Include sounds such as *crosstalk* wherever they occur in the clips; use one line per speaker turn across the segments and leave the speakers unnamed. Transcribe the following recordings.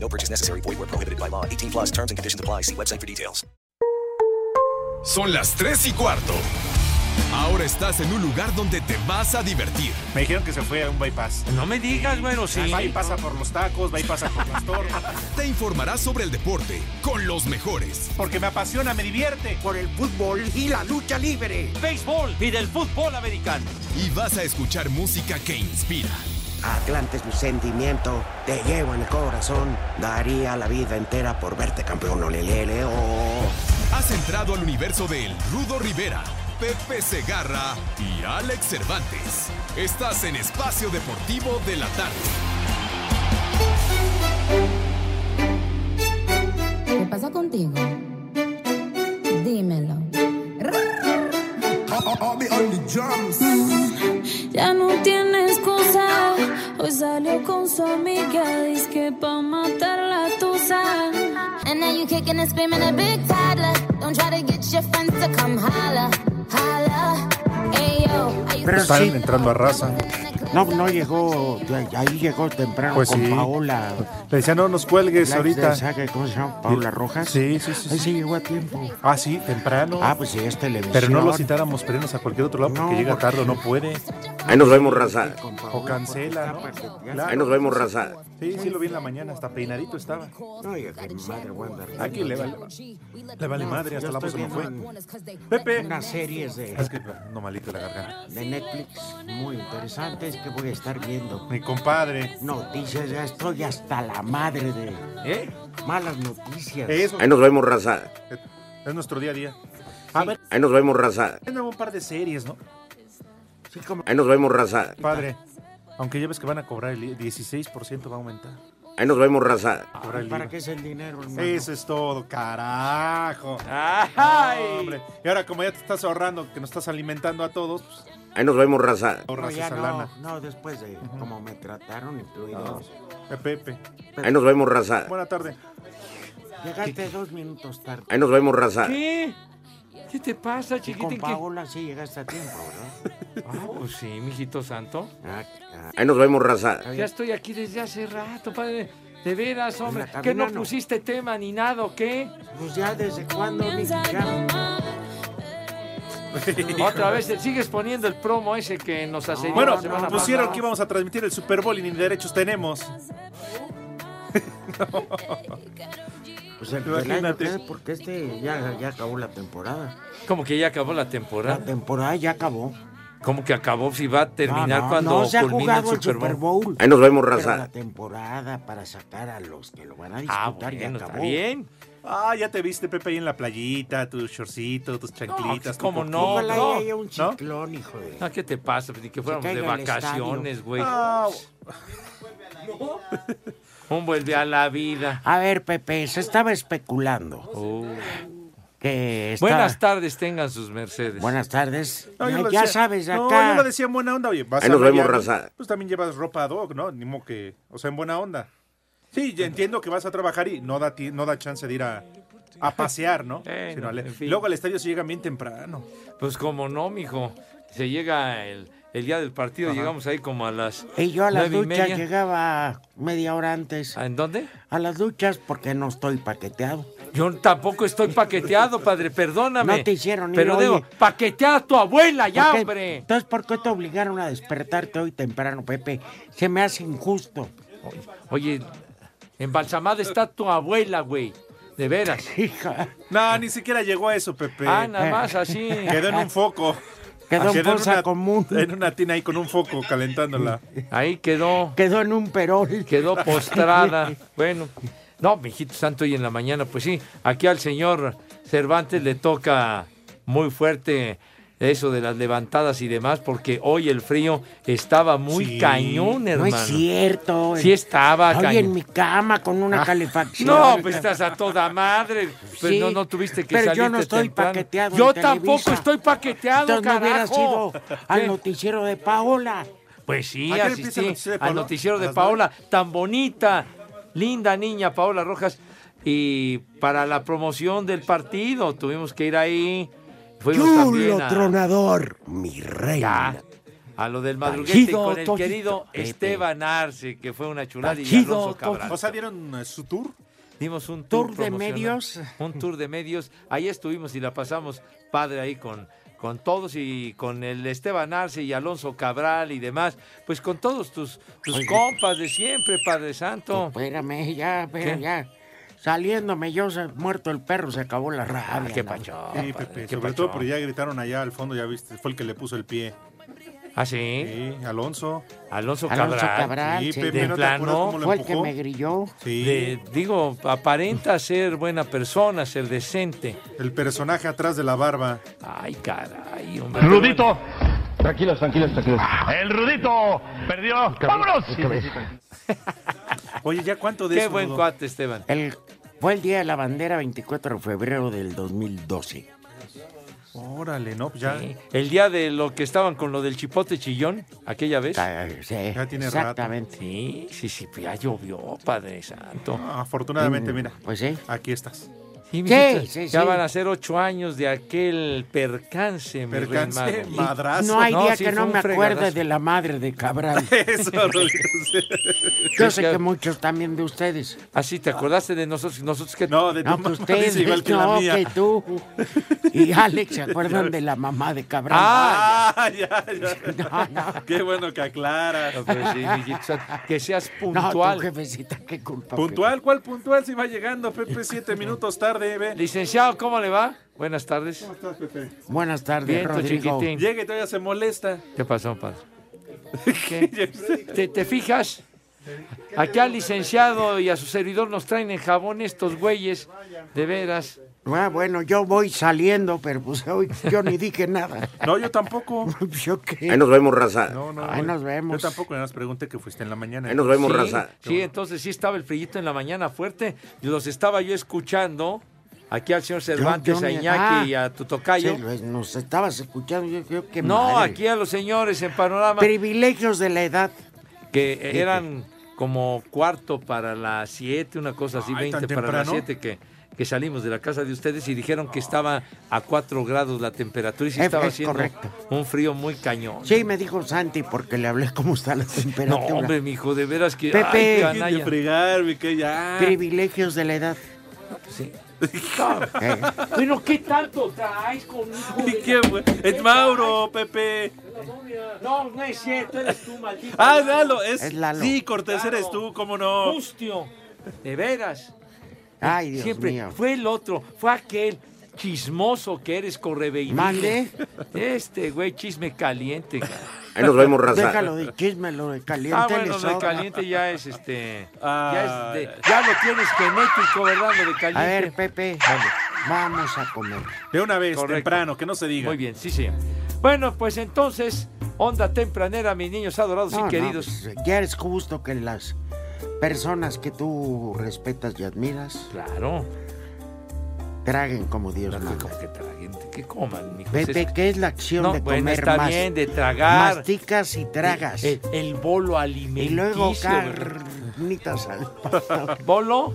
No purchase necessary. Void where prohibited by law. 18 plus terms and conditions apply. See website for details.
Son las 3 y cuarto. Ahora estás en un lugar donde te vas a divertir.
Me dijeron que se fue a un bypass.
No me digas, bueno, sí.
Va y pasa por los tacos, va y pasa por las torres.
*laughs* Te informarás sobre el deporte con los mejores.
Porque me apasiona, me divierte.
por el fútbol y la lucha libre.
Béisbol y del fútbol americano.
Y vas a escuchar música que inspira.
Atlante es mi sentimiento, te llevo en el corazón. Daría la vida entera por verte campeón, olelele, oh.
Has entrado al universo de El Rudo Rivera, Pepe Segarra y Alex Cervantes. Estás en Espacio Deportivo de la Tarde.
¿Qué pasa contigo? Dímelo. Ya no tienes cosa. Hoy salió con su amiga. Dice que pa' matar la tusa.
And now you kicking and screaming a big toddler. Don't try to get your friends to come holla, holla. Ayo, are you
Pero
still
sí.
entrando a raza.
No, no llegó, ya- ahí llegó temprano
Pues
con
sí.
Paola.
Le decía, no nos cuelgues
La-
ahorita.
esa que- ¿Cómo se llama? ¿Paola Rojas?
Sí, sí, sí,
Ahí
sí.
sí llegó a tiempo.
Ah, sí, temprano.
Ah, pues sí, es televisión.
Pero no lo citáramos para irnos a cualquier otro lado porque
No,
llega
porque-
tarde o no puede.
Ahí nos vemos, raza.
Con Paola,
O
porque está
cancela, ¿no?
para que-
Claro.
Ahí nos vemos, raza.
Sí, sí, lo vi en la mañana, hasta peinadito estaba.
No, hija de madre, Wander.
Aquí le vale, le vale madre, hasta
yo
la voz
estoy
no fue.
viendo
Pepe.
Unas series
Es
de,
que no malito la garganta.
de Netflix muy interesantes que voy a estar viendo.
Mi compadre.
Noticias, ya estoy hasta la madre de
¿Eh?
malas noticias.
Eso.
Ahí nos vemos, raza.
Es nuestro día a día. A ver,
Ahí nos vemos, raza.
tiene un par de series, ¿no?
Sí, como
Ahí nos vemos, raza.
Padre. Aunque ya ves que van a cobrar el i- 16% va a aumentar.
Ahí nos vemos, raza.
Cobrar el
para
IVA.
qué es el dinero, hermano.
Eso es todo, carajo.
Ah. ¡Ay!
No, hombre. Y ahora como ya te estás ahorrando, que nos estás alimentando a todos, pues
Ahí nos vemos, raza.
no,
ahorras
ya
esa
no,
lana.
no, después de cómo me trataron, incluido.
Eh, Pepe,
Ahí nos vemos, raza.
buena tarde.
Llegaste dos minutos tarde.
Ahí nos vemos, raza.
¿Qué? ¿Qué te pasa,
Y
chiquitín?
con
¿Qué-
Paola sí llegaste a tiempo, ¿verdad?
Ah,
*laughs*
pues sí, mijito santo.
Ah, ah,
Ahí nos vemos, raza.
Ya estoy aquí desde hace rato, padre. De veras, hombre.
En la
¿Qué no
cabina no.
pusiste tema ni nada o qué?
pues ya desde cuándo, mi
*laughs*
Otra vez sigues poniendo el promo ese que nos hace
Bueno,
la semana
pusieron
pasada.
que íbamos a transmitir el Super Bowl y ni derechos tenemos.
Pues el del año
Imagínate.
que es, porque este ya, ya acabó la temporada.
Como que ya acabó la
La
temporada.
temporada ya acabó.
Como que acabó si va a terminar
no, no,
cuando
no se ha
culmine
jugado
el Super Bowl.
Bowl.
Ahí nos vemos,
Pero la
raza.
temporada para sacar a los que lo van a disputar
Ah,
ya
bueno,
acabó.
está bien.
Ah, ya te viste, Pepe, ahí en la playita, tu shortcito, tus chanclitas. tu
¿cómo Pues no?
coquito.
Ojalá
no,
haya un
¿no?
chiclón, hijo de.
Ah, ¿Qué te pasa? Pues Ni que fuéramos de
caiga el
vacaciones,
estadio.
güey.
Ah,
Un vuelve a la vida.
A ver, Pepe, se estaba especulando
Oh.
que está-
Buenas tardes, Ah, tengan sus mercedes.
Buenas tardes.
no, yo
ya
lo
ya
decía-
sabes,
pues, No,
acá.
yo lo decía en buena onda. Oye, vas
Ahí
a
nos vemos,
Miami,
raza.
Pues también llevas ropa ad hoc, ¿no? Ni modo que, o sea, en buena onda. Sí, ya entiendo que vas a trabajar y no da, ti- no da chance de ir a, a pasear, ¿no?
*laughs* Bueno,
Sino al-
en fin.
Luego al estadio se llega bien temprano.
Pues como no, mijo. Se llega el, el día del partido, llegamos ahí como a las
Y yo a las
nueve y
duchas
media.
llegaba media hora antes.
¿Ah, ¿En dónde?
A las duchas porque no estoy paqueteado.
Yo tampoco estoy paqueteado, padre, perdóname.
No te hicieron ir,
Pero
oye.
debo paquetear a tu abuela ya,
¿Por qué?
hombre.
Entonces, ¿por qué te obligaron a despertarte hoy temprano, Pepe? Se me hace injusto.
Oye, embalsamada está tu abuela, güey. De veras.
*laughs* Hija,
No, ni siquiera llegó a eso, Pepe.
Ah, nada más así.
Quedó en
*laughs*
un foco.
Quedó en
Quedó
fosa común.
*laughs* En una tina ahí con un foco calentándola.
Ahí quedó.
quedó en un perol. *laughs*
quedó postrada. Bueno, no, mijito santo, y en la mañana, pues sí, aquí al señor Cervantes le toca muy fuerte eso de las levantadas y demás, porque hoy el frío estaba muy cañón, hermano.
No es cierto.
Sí estaba
Hoy
cañón. Ah,
en mi cama con una calefacción.
No, pues estás a toda madre. Pues
Sí,
no, no tuviste que
pero yo
salirte
no estoy
temprano.
paqueteado
Yo
en
tampoco
Televisa.
estoy paqueteado,
Entonces no hubiera
carajo.
sido al
¿Qué?
noticiero de Paola.
Pues sí,
¿A qué hora empieza
asistí
el noticiero de
al
Paola?
noticiero
A
de
las nueve.
Paola, tan bonita, linda niña Paola Rojas. Y para la promoción del partido tuvimos que ir ahí. Fuimos también ah.
Chulo
a,
tronador, mi reina.
a lo del madruguete
Tajido,
con el
tojito,
querido
Pepe.
Esteban Arce, que fue una chulada. Y
Tajido,
Alonso Cabral.
O sea, dieron eh, su tour.
Dimos un
Tour
tour,
de
promocional,
medios.
Un tour de medios. Ahí estuvimos y la pasamos padre ahí con, con todos y con el Esteban Arce y Alonso Cabral y demás. Pues con todos tus, tus
Oye.
compas de siempre, Padre Santo.
Pues, Espérame, ya, espérame,
¿Qué?
ya. Saliéndome yo, se- muerto el perro, se acabó la rabia.
Ah, qué
¿no?
pacho.
Sí,
padre,
Pepe,
qué
sobre
pacho.
todo porque ya gritaron allá al fondo, ya viste, fue el que le puso el pie.
Ah, sí.
Sí, Alonso.
Alonso Cabral.
Alonso Cabral,
Sí,
sí.
Pepe,
de
¿no te
plano,
acuerdas cómo lo
Fue el que
empujó?
me grilló.
Sí,
de- digo, aparenta ser buena persona, ser decente.
el personaje atrás de la barba.
Ay, caray, hombre.
Rudito. Tranquilos, tranquilos, tranquilos. El Rudito perdió. ¡Vámonos!
Oye, ¿ya cuánto de
Qué
eso,
buen
Rudo?
cuate, Esteban.
El, fue el día de la bandera, 24 de febrero del 2012.
Órale, no, pues ya,
Sí. El día de lo que estaban con lo del chipote chillón, aquella vez.
Ah, sí,
ya tiene rato.
exactamente.
Sí, sí, sí, pues ya llovió, Padre Santo.
Ah, afortunadamente,
Mm,
mira,
Pues sí.
aquí estás.
Sí,
Sí, mijito,
sí,
ya
sí.
van a ser ocho años de aquel percance, mi rey
Percance,
mago.
madrazo.
No hay
No,
día
sí,
que
fue
no
un
me acuerde
*laughs*
fregadazo.
de la madre de Cabral.
Eso,
*laughs*
Rudito.
Yo
Es
sé
que-
que muchos también de ustedes.
Así, Ah, ¿te acordaste de nosotros? Nosotros que
No, de tu
No,
mamá *laughs*
que ustedes,
dice igual que
no,
la mía.
que tú
*laughs*
y Alex se acuerdan de la mamá de Cabral.
Ah,
Ah, ya, ya. Qué bueno que aclaras.
ya. No, pero sí, mijito, o sea, que seas
no, tu
puntual.
jefecita, qué culpa.
¿Puntual? ¿Cuál puntual? Si va llegando, Pepe,
*laughs*
siete minutos tarde, ve.
Licenciado, ¿cómo le va? Buenas tardes.
¿Cómo estás, Pepe?
Pepe. Buenas tardes,
Bien, tu
Rodrigo.
chiquitín.
Llega y todavía se molesta.
¿Qué pasó, padre?
*laughs*
¿Qué? ¿Te, te fijas? Aquí al licenciado y a su servidor nos traen en jabón estos güeyes. De veras.
Ah, bueno, yo voy saliendo, pero pues hoy yo ni dije nada. *laughs*
No, yo tampoco.
yo qué.
Ahí nos vemos, raza.
No, no.
Ahí nos vemos.
Yo tampoco, nada más pregunté que fuiste en la
*laughs*
mañana.
Ahí nos vemos,
sí,
raza.
Sí, entonces sí estaba el frillito en la mañana fuerte. Yo Los estaba yo escuchando aquí al señor Cervantes,
yo
a
me-
Iñaki
ah.
y a tu tocayo.
Sí, pues, nos estabas escuchando, yo creo que
no,
madre.
aquí a los señores en panorama
Privilegios de la edad.
que eran como cuarto para las siete, una cosa así,
Ay, ¿tan
20 para las
temprano?
siete que, que salimos de la casa de ustedes y dijeron que estaba a cuatro grados la temperatura y sí
Es-
estaba
es
haciendo
correcto.
un frío muy cañón.
Sí, me dijo Santi, porque le hablé cómo está la
no,
temperatura.
hombre, mijo, de veras que...
Pepe.
ay,
Dejen de
canalla.
fregar, mi que ya.
Privilegios de la edad.
Sí.
Eh,
*laughs* Bueno, ¿qué tanto traes conmigo?
Y qué bu- Es Mauro, Pepe.
No, no es cierto, eres tú, maldito.
Ah, Lalo, es.
Es Lalo.
Sí, Cortés,
Lalo.
eres tú, cómo no.
Justio. De veras.
Ay, Dios
Siempre
mío.
fue el otro, fue aquel chismoso que eres correveidil.
Mande.
Este, güey, chisme caliente. cara.
Ahí nos vemos, raza.
Déjalo de chisme, lo de caliente.
Ah,
le
bueno, lo de
sobra.
caliente ya es este. Ya,
Ah.
es de- ya lo tienes genético, ¿verdad? Lo de caliente.
A ver, Pepe, vamos a comer.
De una vez,
Correcto.
temprano, que no se diga.
Muy bien, sí, sí. Bueno, pues entonces, onda tempranera, mis niños adorados
No,
y
no,
queridos.
pues, ya es justo que las personas que tú respetas y admiras
Claro.
traguen como Dios
No, que
manda.
como que traguen, que coman, mijo. pues
Pepe,
Es-
¿qué es la acción
No,
de comer
bueno, está
más?
bien, de tragar.
Masticas y tragas.
El, el bolo
y
alimenticio.
luego
¿verdad?
carnitas
*laughs*
al pastor.
¿Bolo?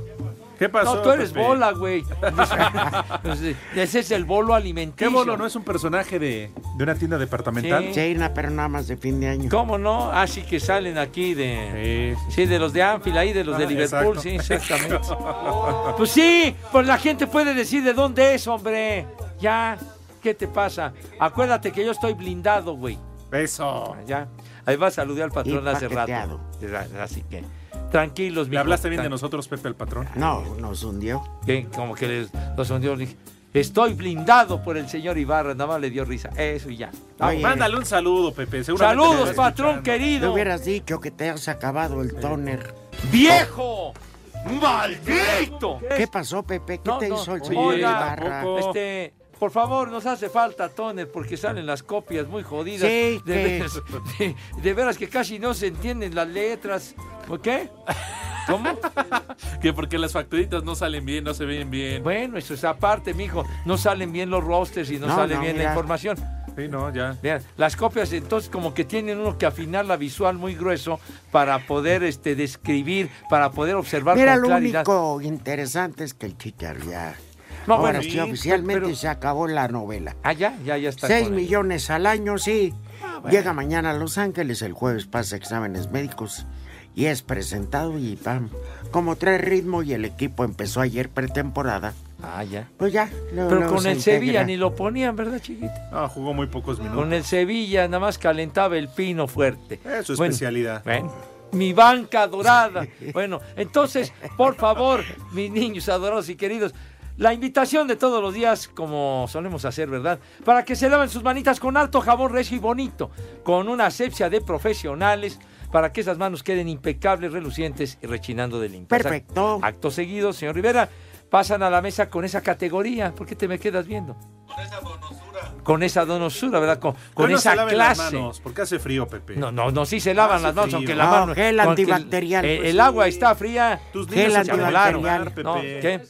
¿Qué pasó?
No, tú eres
Pepe? *laughs*
bola, güey. Entonces, Ese es el bolo alimenticio.
¿Qué bolo no es un personaje de, de una tienda departamental?
Sí.
Sí, una pero nada más de fin de año.
¿Cómo no? Así que salen aquí de...
Sí.
Sí, de los de Anfield ahí, de los de
Ah,
Liverpool,
exacto.
sí,
*laughs*
exactamente. pues sí, pues la gente puede decir de dónde es, hombre. Ya, ¿qué te pasa? Acuérdate que yo estoy blindado, güey.
Eso.
Ya. Además, saludé al patrón
Y
hace rato. Así que, tranquilos,
Le
mijo,
hablaste bien de
tran-
nosotros, Pepe, el patrón.
No, nos hundió.
que como que les, los hundió. le dije, Estoy blindado por el señor Ibarra. Nada más le dio risa. Eso y ya.
Oye,
Mándale un saludo, Pepe. seguramente lo
Saludos,
está
patrón
escuchando.
Te
querido.
hubieras dicho que te has acabado el toner.
¡Viejo! ¡Maldito!
¿Qué pasó, Pepe? ¿Qué
No,
te
no,
hizo el
oye,
señor
oiga,
Ibarra?
tampoco.
Este, Por favor, nos hace falta Toner porque salen las copias muy jodidas.
Sí,
de,
que-
veras, de, de veras que casi no se entienden las letras. ¿Por qué? ¿Cómo?
Que porque las facturitas no salen bien, no se ven bien.
Bueno, eso es aparte, mijo. No salen bien los rosters y no,
No,
sale
no,
bien
mira.
la información.
Sí, no, ya.
las copias, entonces, como que tienen uno que afinar la visual muy grueso para poder este, describir, para poder observar
Mira,
con
lo
claridad.
único interesante es que el Chichar ya.
No,
Ahora
bueno,
sí,
sí,
oficialmente
pero-
se acabó la novela.
Ah, ya, ya, ya está.
6
con él. Ah,
millones al año, sí.
bueno.
Llega mañana a Los Ángeles, el jueves pasa exámenes médicos y es presentado y pam. Como trae ritmo y el equipo empezó ayer pretemporada.
Ah, ya.
Pues ya. lo-
Pero
lo
con
se
el Sevilla
integra.
ni lo ponían, ¿verdad, chiquita?
Ah, jugó muy pocos minutos.
Con el Sevilla nada más calentaba el pino fuerte.
Es su
Bueno,
especialidad.
Mi banca dorada. Bueno, entonces, por favor, mis niños adorados y queridos, la invitación de todos los días, como solemos hacer, ¿verdad? Para que se laven sus manitas con alto jabón recio y bonito, con una asepsia de profesionales, para que esas manos queden impecables, relucientes y rechinando de limpieza.
Perfecto.
Acto seguido, señor Rivera, pasan a la mesa con esa categoría. ¿Por qué te me quedas viendo? Con esa donosura, ¿verdad? Con, con
Hoy Ah, no se
esa
laven las
clase.
manos, porque hace frío, Pepe. Ah,
No, no, no, sí se lavan
Hace
las manos,
frío.
aunque la
No,
mano.
gel
aunque el-
antibacterial.
El,
Pues
el
sí.
agua está fría.
Tus niños Gel se antibacterial. enfermaron, Pepe.
No, ¿qué?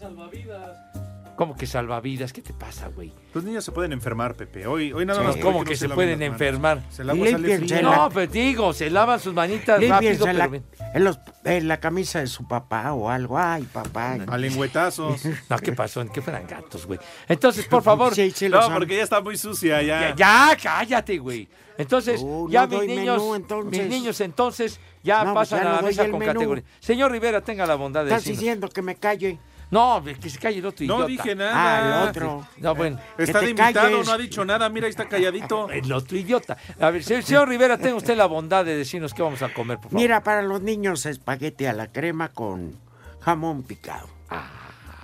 ¿Cómo que salvavidas? ¿Qué te pasa, güey?
Los niños se pueden enfermar, Pepe. Hoy, hoy nada
Sí.
más.
¿Cómo que se pueden enfermar?
Se la sale fría.
No, pero digo, se lavan sus manitas rápido,
Límpiense en,
pero...
la, en los- en la camisa de su papá o algo. Ay, papá. *laughs*
A
lengüetazos.
No, ¿qué pasó? ¿Qué fueran gatos, güey? Entonces, por favor.
Sí, sí,
No, porque ya está muy sucia, ya.
Ya, ya, cállate, güey. Entonces,
No,
ya
Oh, no doy
mis niños,
menú, entonces.
mis niños entonces ya
No, pues
pasan
ya
a
no
la
doy
mesa
el
con
menú.
categoría. Señor Rivera, tenga la bondad de
Estás
decirnos.
diciendo que me calle.
No, que se calle el otro
No
idiota.
dije nada.
Ah, el otro.
No, bueno.
Está de invitado, no ha dicho nada. Mira, ahí está calladito.
*laughs* El otro idiota. A ver, se- señor Rivera, tenga usted la bondad de decirnos qué vamos a comer, por favor.
Mira, para los niños, espagueti a la crema con jamón picado.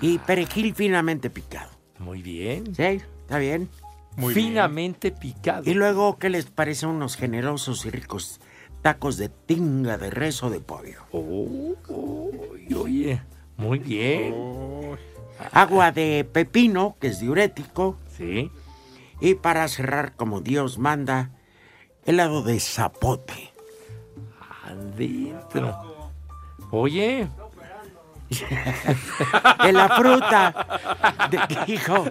Y perejil finamente picado.
Ah. Muy bien.
Sí, está bien.
Muy bien. Finamente picado.
Y luego, ¿qué les parece unos generosos y ricos tacos de tinga de res o de pollo?
Uy, Oye, Oh, muy bien.
Agua de pepino, que es diurético.
Sí.
Y para cerrar, como Dios manda, helado de zapote.
Adentro. Oye.
*laughs* De la fruta.
*laughs*
De- dijo.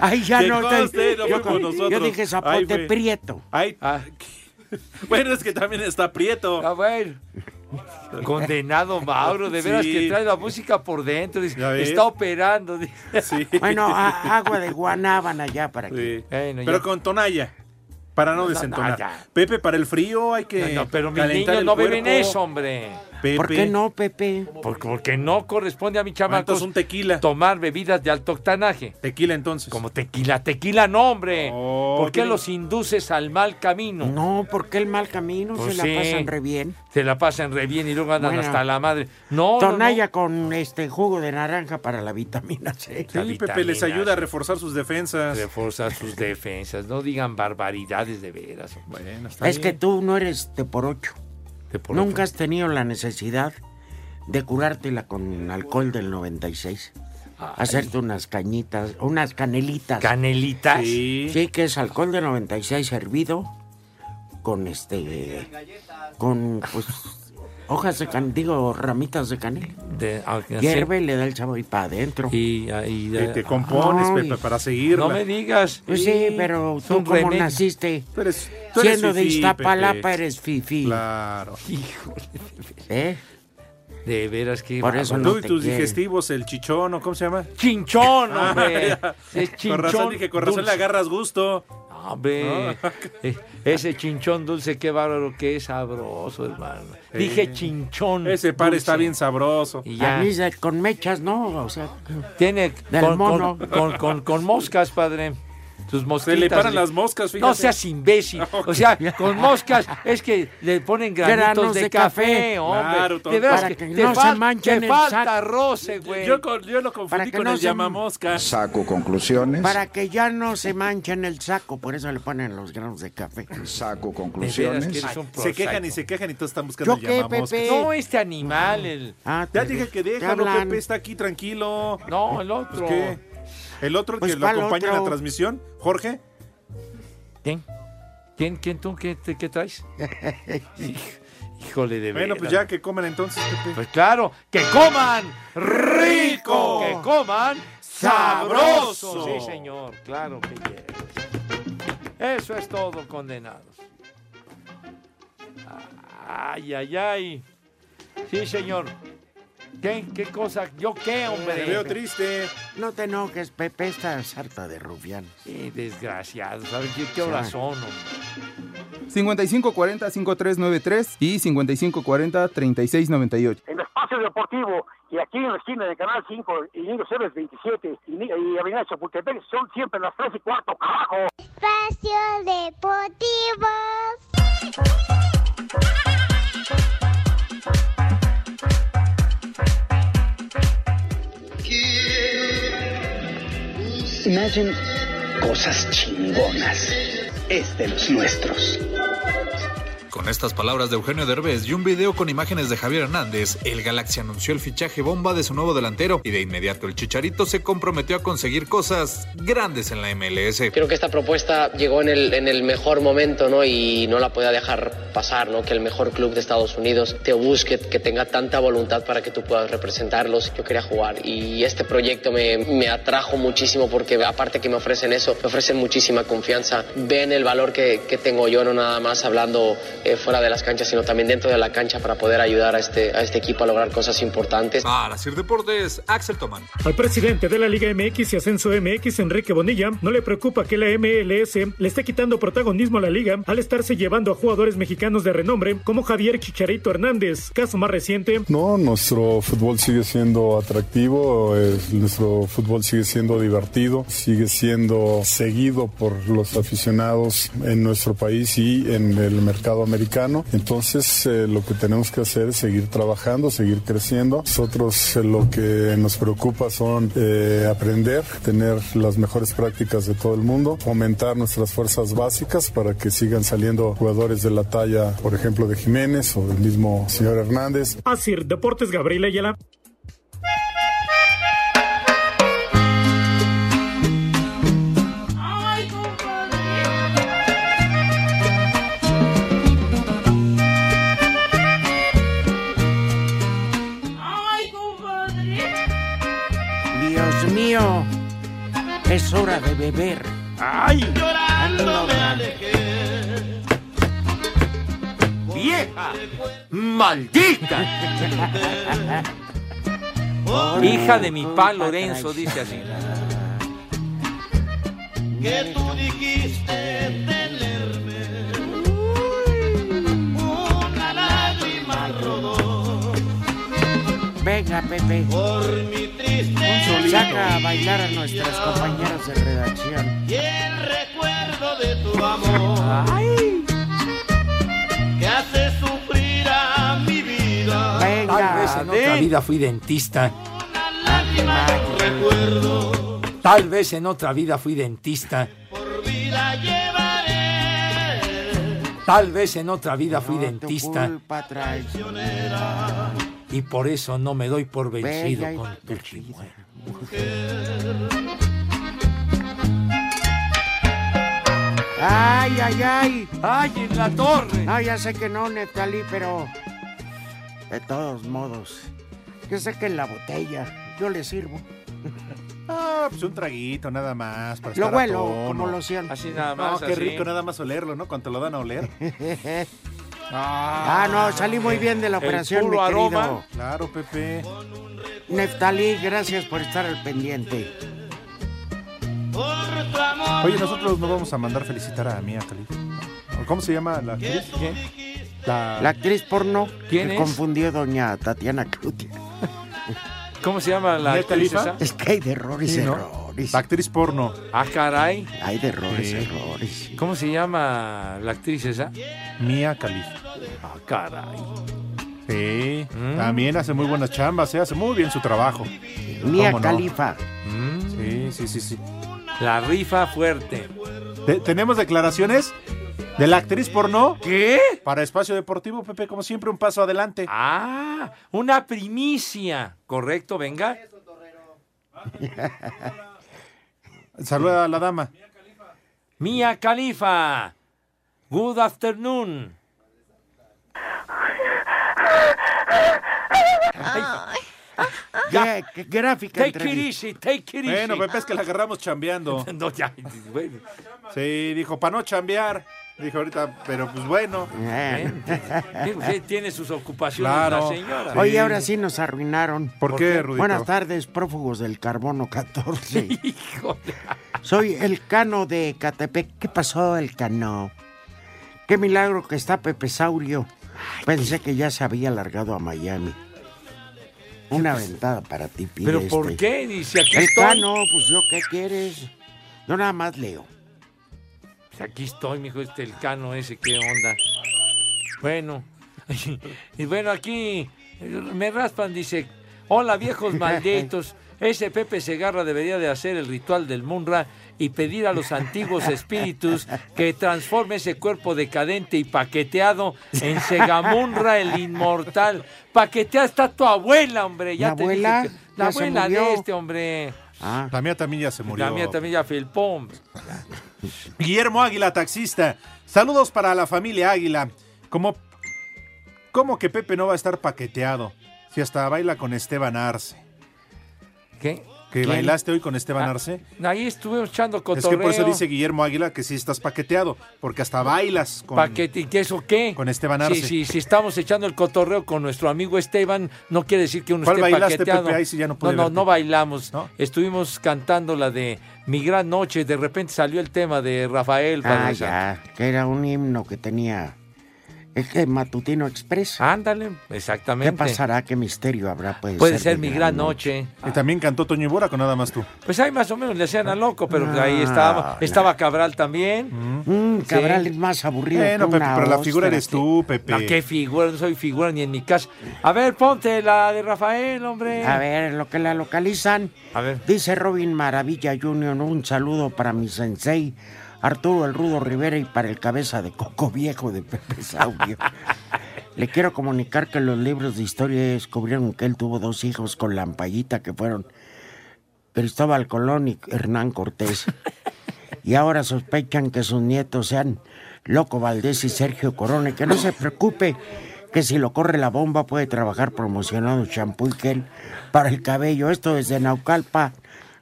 Ay, ya
Que
no. te-
conste, no fue
yo,
con nosotros.
yo dije
Ahí
zapote
fue.
prieto.
Ay,
Ah.
Bueno, es que también está Prieto.
A ver. Ah, Condenado Mauro, de veras
Sí.
que trae la música por dentro. dice,
ves.
está operando. dice.
Bueno, ah, a- agua de guanábana ya para que.
Bueno,
Pero
ya.
con tonalla. Para no,
No, no,
desentonar.
ya.
Pepe, para el frío hay que.
No, no, pero mis
calentar
niños
el
no beben
cuerpo.
eso, hombre.
Pepe. ¿Por qué no,
Pepe?
Porque, no corresponde a mi chamaco
Ah, Entonces un tequila.
tomar bebidas de alto octanaje.
Tequila entonces. Oh,
Como tequila, tequila no, hombre. ¿Por qué
ok.
los induces al mal camino?
No, porque el mal camino
Pues
se
sí.
la pasan re bien.
Se la pasan re bien y luego andan
Bueno.
hasta la madre. No, no, no.
Tonalla con este jugo de naranja para la vitamina C.
Sí, Pepe les ayuda a reforzar sus defensas.
Reforzar sus defensas. No digan barbaridades de veras. Bueno,
Es que tú no eres de por ocho.
por
Nunca has tenido la necesidad de curártela con alcohol del 96. Hacerte unas cañitas, unas canelitas.
¿Canelitas?
Sí. que es alcohol del 96 hervido con este. Con
*laughs*
pues. Hojas de can, digo, ramitas de canela.
De, ah, sí.
Hierve, le da el sabor y para adentro.
Y,
Y te compones,
Ay.
Pepe, para seguirla.
No me digas.
Pues sí, pero
Es
tú
un
como
remedio.
naciste,
Tú eres- Pues, tú eres
siendo de
fifí,
Iztapalapa,
Pepe.
eres fifí.
Claro.
Híjole.
¿Eh?
De veras que.
Por eso
Tú
no
y
te
tus
quieren.
digestivos, el chichón, ¿o ¿cómo se llama?
Chinchón,
Ah, *laughs*
hombre.
ya.
Es chinchón.
Con razón dije, con razón
dulce.
le agarras gusto.
No, hombre. Eh, Ese chinchón dulce, qué bárbaro, qué sabroso, hermano.
Sí.
Dije chinchón.
Ese par
dulce.
está bien sabroso.
Y
A
ya.
mí se- con mechas, ¿no? O sea,
Tiene
Del
con,
mono.
con- con- con- con moscas, padre. Tus mosquitas.
le paran las moscas,
No
fíjate. Ah,
seas imbécil. O sea, con moscas es que le ponen granitos
Granos
de,
de
café,
café.
hombre.
Claro,
de
todo.
veras
Para
que,
que
te
no se
fal-
manchen
te
el
falta
sac.
roce, güey.
Yo, con- yo lo confundí
que
con
no
el
se-
llamamosca.
Saco conclusiones.
para que ya no se manchen el saco, por eso le ponen los granos de café.
Saco
De
conclusiones.
veras que eres un
Se quejan
prosaico.
y se quejan y todos están buscando el llamamosca.
No, este animal, el.
Ah,
Ya
te-
dije que
te
déjalo,
hablan.
Pepe, está aquí tranquilo.
No, el otro.
Pues, ¿qué? El otro
Pues,
que lo
¿cuál
acompaña en la
otro?
transmisión, Jorge.
¿Quién? ¿Quién, quién tú? ¿Qué, te-
*laughs*
qué traes? Híjole de
Bueno,
veras.
pues ya que comen entonces.
Pues claro, que coman rico, que coman sabroso. Sí, señor, claro que yes. Eso es todo, condenados. Ay, ay, ay. Sí, señor. ¿Qué, qué cosa? ¿Yo qué, hombre?
triste.
No te enojes, Pepe, esta sarta de rufianes.
Sí, desgraciado, ¿sabes qué, qué horas son? hombre?
5540-5393 y 5540-3698.
En Espacio Deportivo y aquí en la esquina de Canal 5 y Niño Ceres 27 y, Ni- y Avenida Chapultepec son siempre las 3 y cuarto, carajo.
Espacio Deportivo.
Imagine cosas chingonas. Es de los nuestros.
Con estas palabras de Eugenio Derbez y un video con imágenes de Javier Hernández, el Galaxy anunció el fichaje bomba de su nuevo delantero y de inmediato el Chicharito se comprometió a conseguir cosas grandes en la MLS.
Creo que esta propuesta llegó en el, en el mejor momento, ¿no? Y no la podía dejar pasar, ¿no? Que el mejor club de Estados Unidos te busque, que tenga tanta voluntad para que tú puedas representarlos. Yo quería jugar y este proyecto me, me atrajo muchísimo porque aparte que me ofrecen eso, me ofrecen muchísima confianza. Ven el valor que, que tengo yo, no nada más hablando eh, fuera de las canchas, sino también dentro de la cancha para poder ayudar a este, a este equipo a lograr cosas importantes.
Para Sir Deportes, Axel Tomán.
Al presidente de la Liga MX y Ascenso MX, Enrique Bonilla, no le preocupa que la MLS le esté quitando protagonismo a la liga al estarse llevando a jugadores mexicanos de renombre como Javier Chicharito Hernández, caso más reciente.
No, nuestro fútbol sigue siendo atractivo, eh, nuestro fútbol sigue siendo divertido, sigue siendo seguido por los aficionados en nuestro país y en el mercado americano. Entonces, eh, lo que tenemos que hacer es seguir trabajando, seguir creciendo. Nosotros eh, lo que nos preocupa son eh, aprender, tener las mejores prácticas de todo el mundo, fomentar nuestras fuerzas básicas para que sigan saliendo jugadores de la talla, por ejemplo, de Jiménez o del mismo señor Hernández.
Así, Deportes Gabriel Ayala.
Dios mío, es hora de beber.
¡Ay!
Llorando me
¡Vieja! ¡Maldita! *laughs* Hija de mi pa Lorenzo, dice así.
que tú dijiste tenerme. Una lágrima rodó
Venga, Pepe.
por mi triste
Saca a bailar a nuestras compañeras de redacción.
y el recuerdo de tu amor que hace sufrir a mi vida.
Tal vez en otra vida fui dentista. Tal vez en otra vida fui dentista. Tal vez en otra vida fui dentista.
Culpa traes.
Y por eso no me doy por vencido
Bella y
con tu chimuelo.
Ay, ay, ay.
Ay, en la torre.
No, ya sé que no, Neftalí, pero de todos modos, yo sé que en la botella yo le sirvo. *laughs*
Ah, pues un traguito nada más. Para
Lo
estar a
huelo,
tono.
como lo hacían. Así nada más,
No, qué
así.
rico nada más olerlo, ¿no? Cuando te lo dan a oler.
*laughs* Ah, no, salí muy bien de la
El
operación,
puro
mi querido.
aroma. Claro, Pepe.
Neftalí, gracias por estar al pendiente.
Oye, nosotros no vamos a mandar felicitar a Mía Khalifa. ¿Cómo se llama la actriz? La...
La actriz porno
¿Quién
que
es?
confundió doña Tatiana Clutia.
¿Cómo se llama la
¿Mia
actriz
Khalifa?
esa?
Es que hay de errores,
Sí, ¿no?
errores.
actriz porno.
Ah, caray. Eh,
Hay de errores, errores.
¿Cómo se llama la actriz esa?
Mía Khalifa.
Ah, caray.
Sí,
Mm.
también hace muy buenas chambas, ¿eh? hace muy bien su trabajo.
Mía
¿Cómo no? Mm.
Califa.
Sí, sí, sí, sí.
La rifa fuerte.
Te- ¿Tenemos declaraciones de la actriz porno?
¿Qué?
Para Espacio Deportivo, Pepe, como siempre, un paso adelante.
Ah, una primicia. Correcto, venga.
*laughs* Saluda a la dama.
Mía Califa. Good afternoon.
Qué- qué gráfica
Take it
entrevista.
easy, take it easy.
Bueno, Pepe, es que la agarramos chambeando.
*laughs* No, ya, bueno.
Sí, dijo, para no chambear. Dijo ahorita, pero pues bueno.
Digo, sí, Tiene sus ocupaciones
Claro.
la señora.
Oye, ahora sí nos arruinaron.
¿Por qué, Rudito?
Buenas tardes, prófugos del carbono
*laughs*
14. Soy el cano de Catepec. ¿Qué pasó, el cano? Qué milagro que está Pepe Saurio. Pensé que ya se había largado a Miami. Una ventada para ti, pide
¿Pero por
este.
qué? Dice, aquí
El
estoy.
cano, pues yo, ¿qué quieres? Yo nada más leo.
Pues Aquí estoy, mijo, este el cano ese, qué onda. Bueno, *laughs* y bueno, aquí eh, me raspan, dice,
*laughs*
hola viejos malditos, ese Pepe Segarra debería de hacer el ritual del Munra y pedir a los antiguos espíritus que transforme ese cuerpo decadente y paqueteado en Segamunra el inmortal. Paqueteada está tu abuela, hombre. Ya
¿Mi
te dije
abuela?
que- la
Ya se
abuela de
murió.
este, hombre.
La mía también ya se murió.
La mía también ya filpó, hombre.
Guillermo Águila, taxista. Saludos para la familia Águila. ¿Cómo, cómo que Pepe no va a estar paqueteado? Si hasta baila con Esteban Arce.
¿Qué?
¿Que
¿Quién?
bailaste hoy con Esteban
Ah,
Arce?
Ahí estuvimos echando
Es
cotorreo.
que por eso dice Guillermo Águila que sí estás paqueteado, porque hasta bailas con...
Paquete, ¿y qué eso qué?
Con Esteban Arce.
Sí, sí, si estamos echando el cotorreo con nuestro amigo Esteban, no quiere decir que uno
¿Cuál
esté
bailaste,
paqueteado.
Pepe? Ahí sí ya no
no,
pude
no,
verte.
no bailamos. Estuvimos cantando la de Mi Gran Noche, de repente salió el tema de Rafael.
Ah,
Padre
ya, que era un himno que tenía. Es que Matutino Express.
Ándale, exactamente.
¿Qué pasará? ¿Qué misterio habrá? Puede,
Puede ser mi gran noche.
Y también cantó Toño Ibora con nada más tú.
Pues ahí más o menos le hacían a loco, pero
No,
ahí estaba, estaba Cabral también.
Ah, Mm, Cabral es más aburrido Bueno, que Pepe, una pero la figura ostra, eres sí. tú, Pepe.
No, qué figura, no soy figura ni en mi casa. A ver, ponte la de Rafael, hombre.
A ver, lo que la localizan.
A ver.
Dice Robin Maravilla Jr., un saludo para mi sensei, Arturo El Rudo Rivera y para el cabeza de Coco Viejo de Pepe
*laughs*
Saurio. Le quiero comunicar que los libros de historia descubrieron que él tuvo dos hijos con la ampallita que fueron Cristóbal Colón y Hernán Cortés. Y ahora sospechan que sus nietos sean Loco Valdés y Sergio Corona. Que no se preocupe, que si lo corre la bomba puede trabajar promocionando champú y gel para el cabello. Esto desde Naucalpa,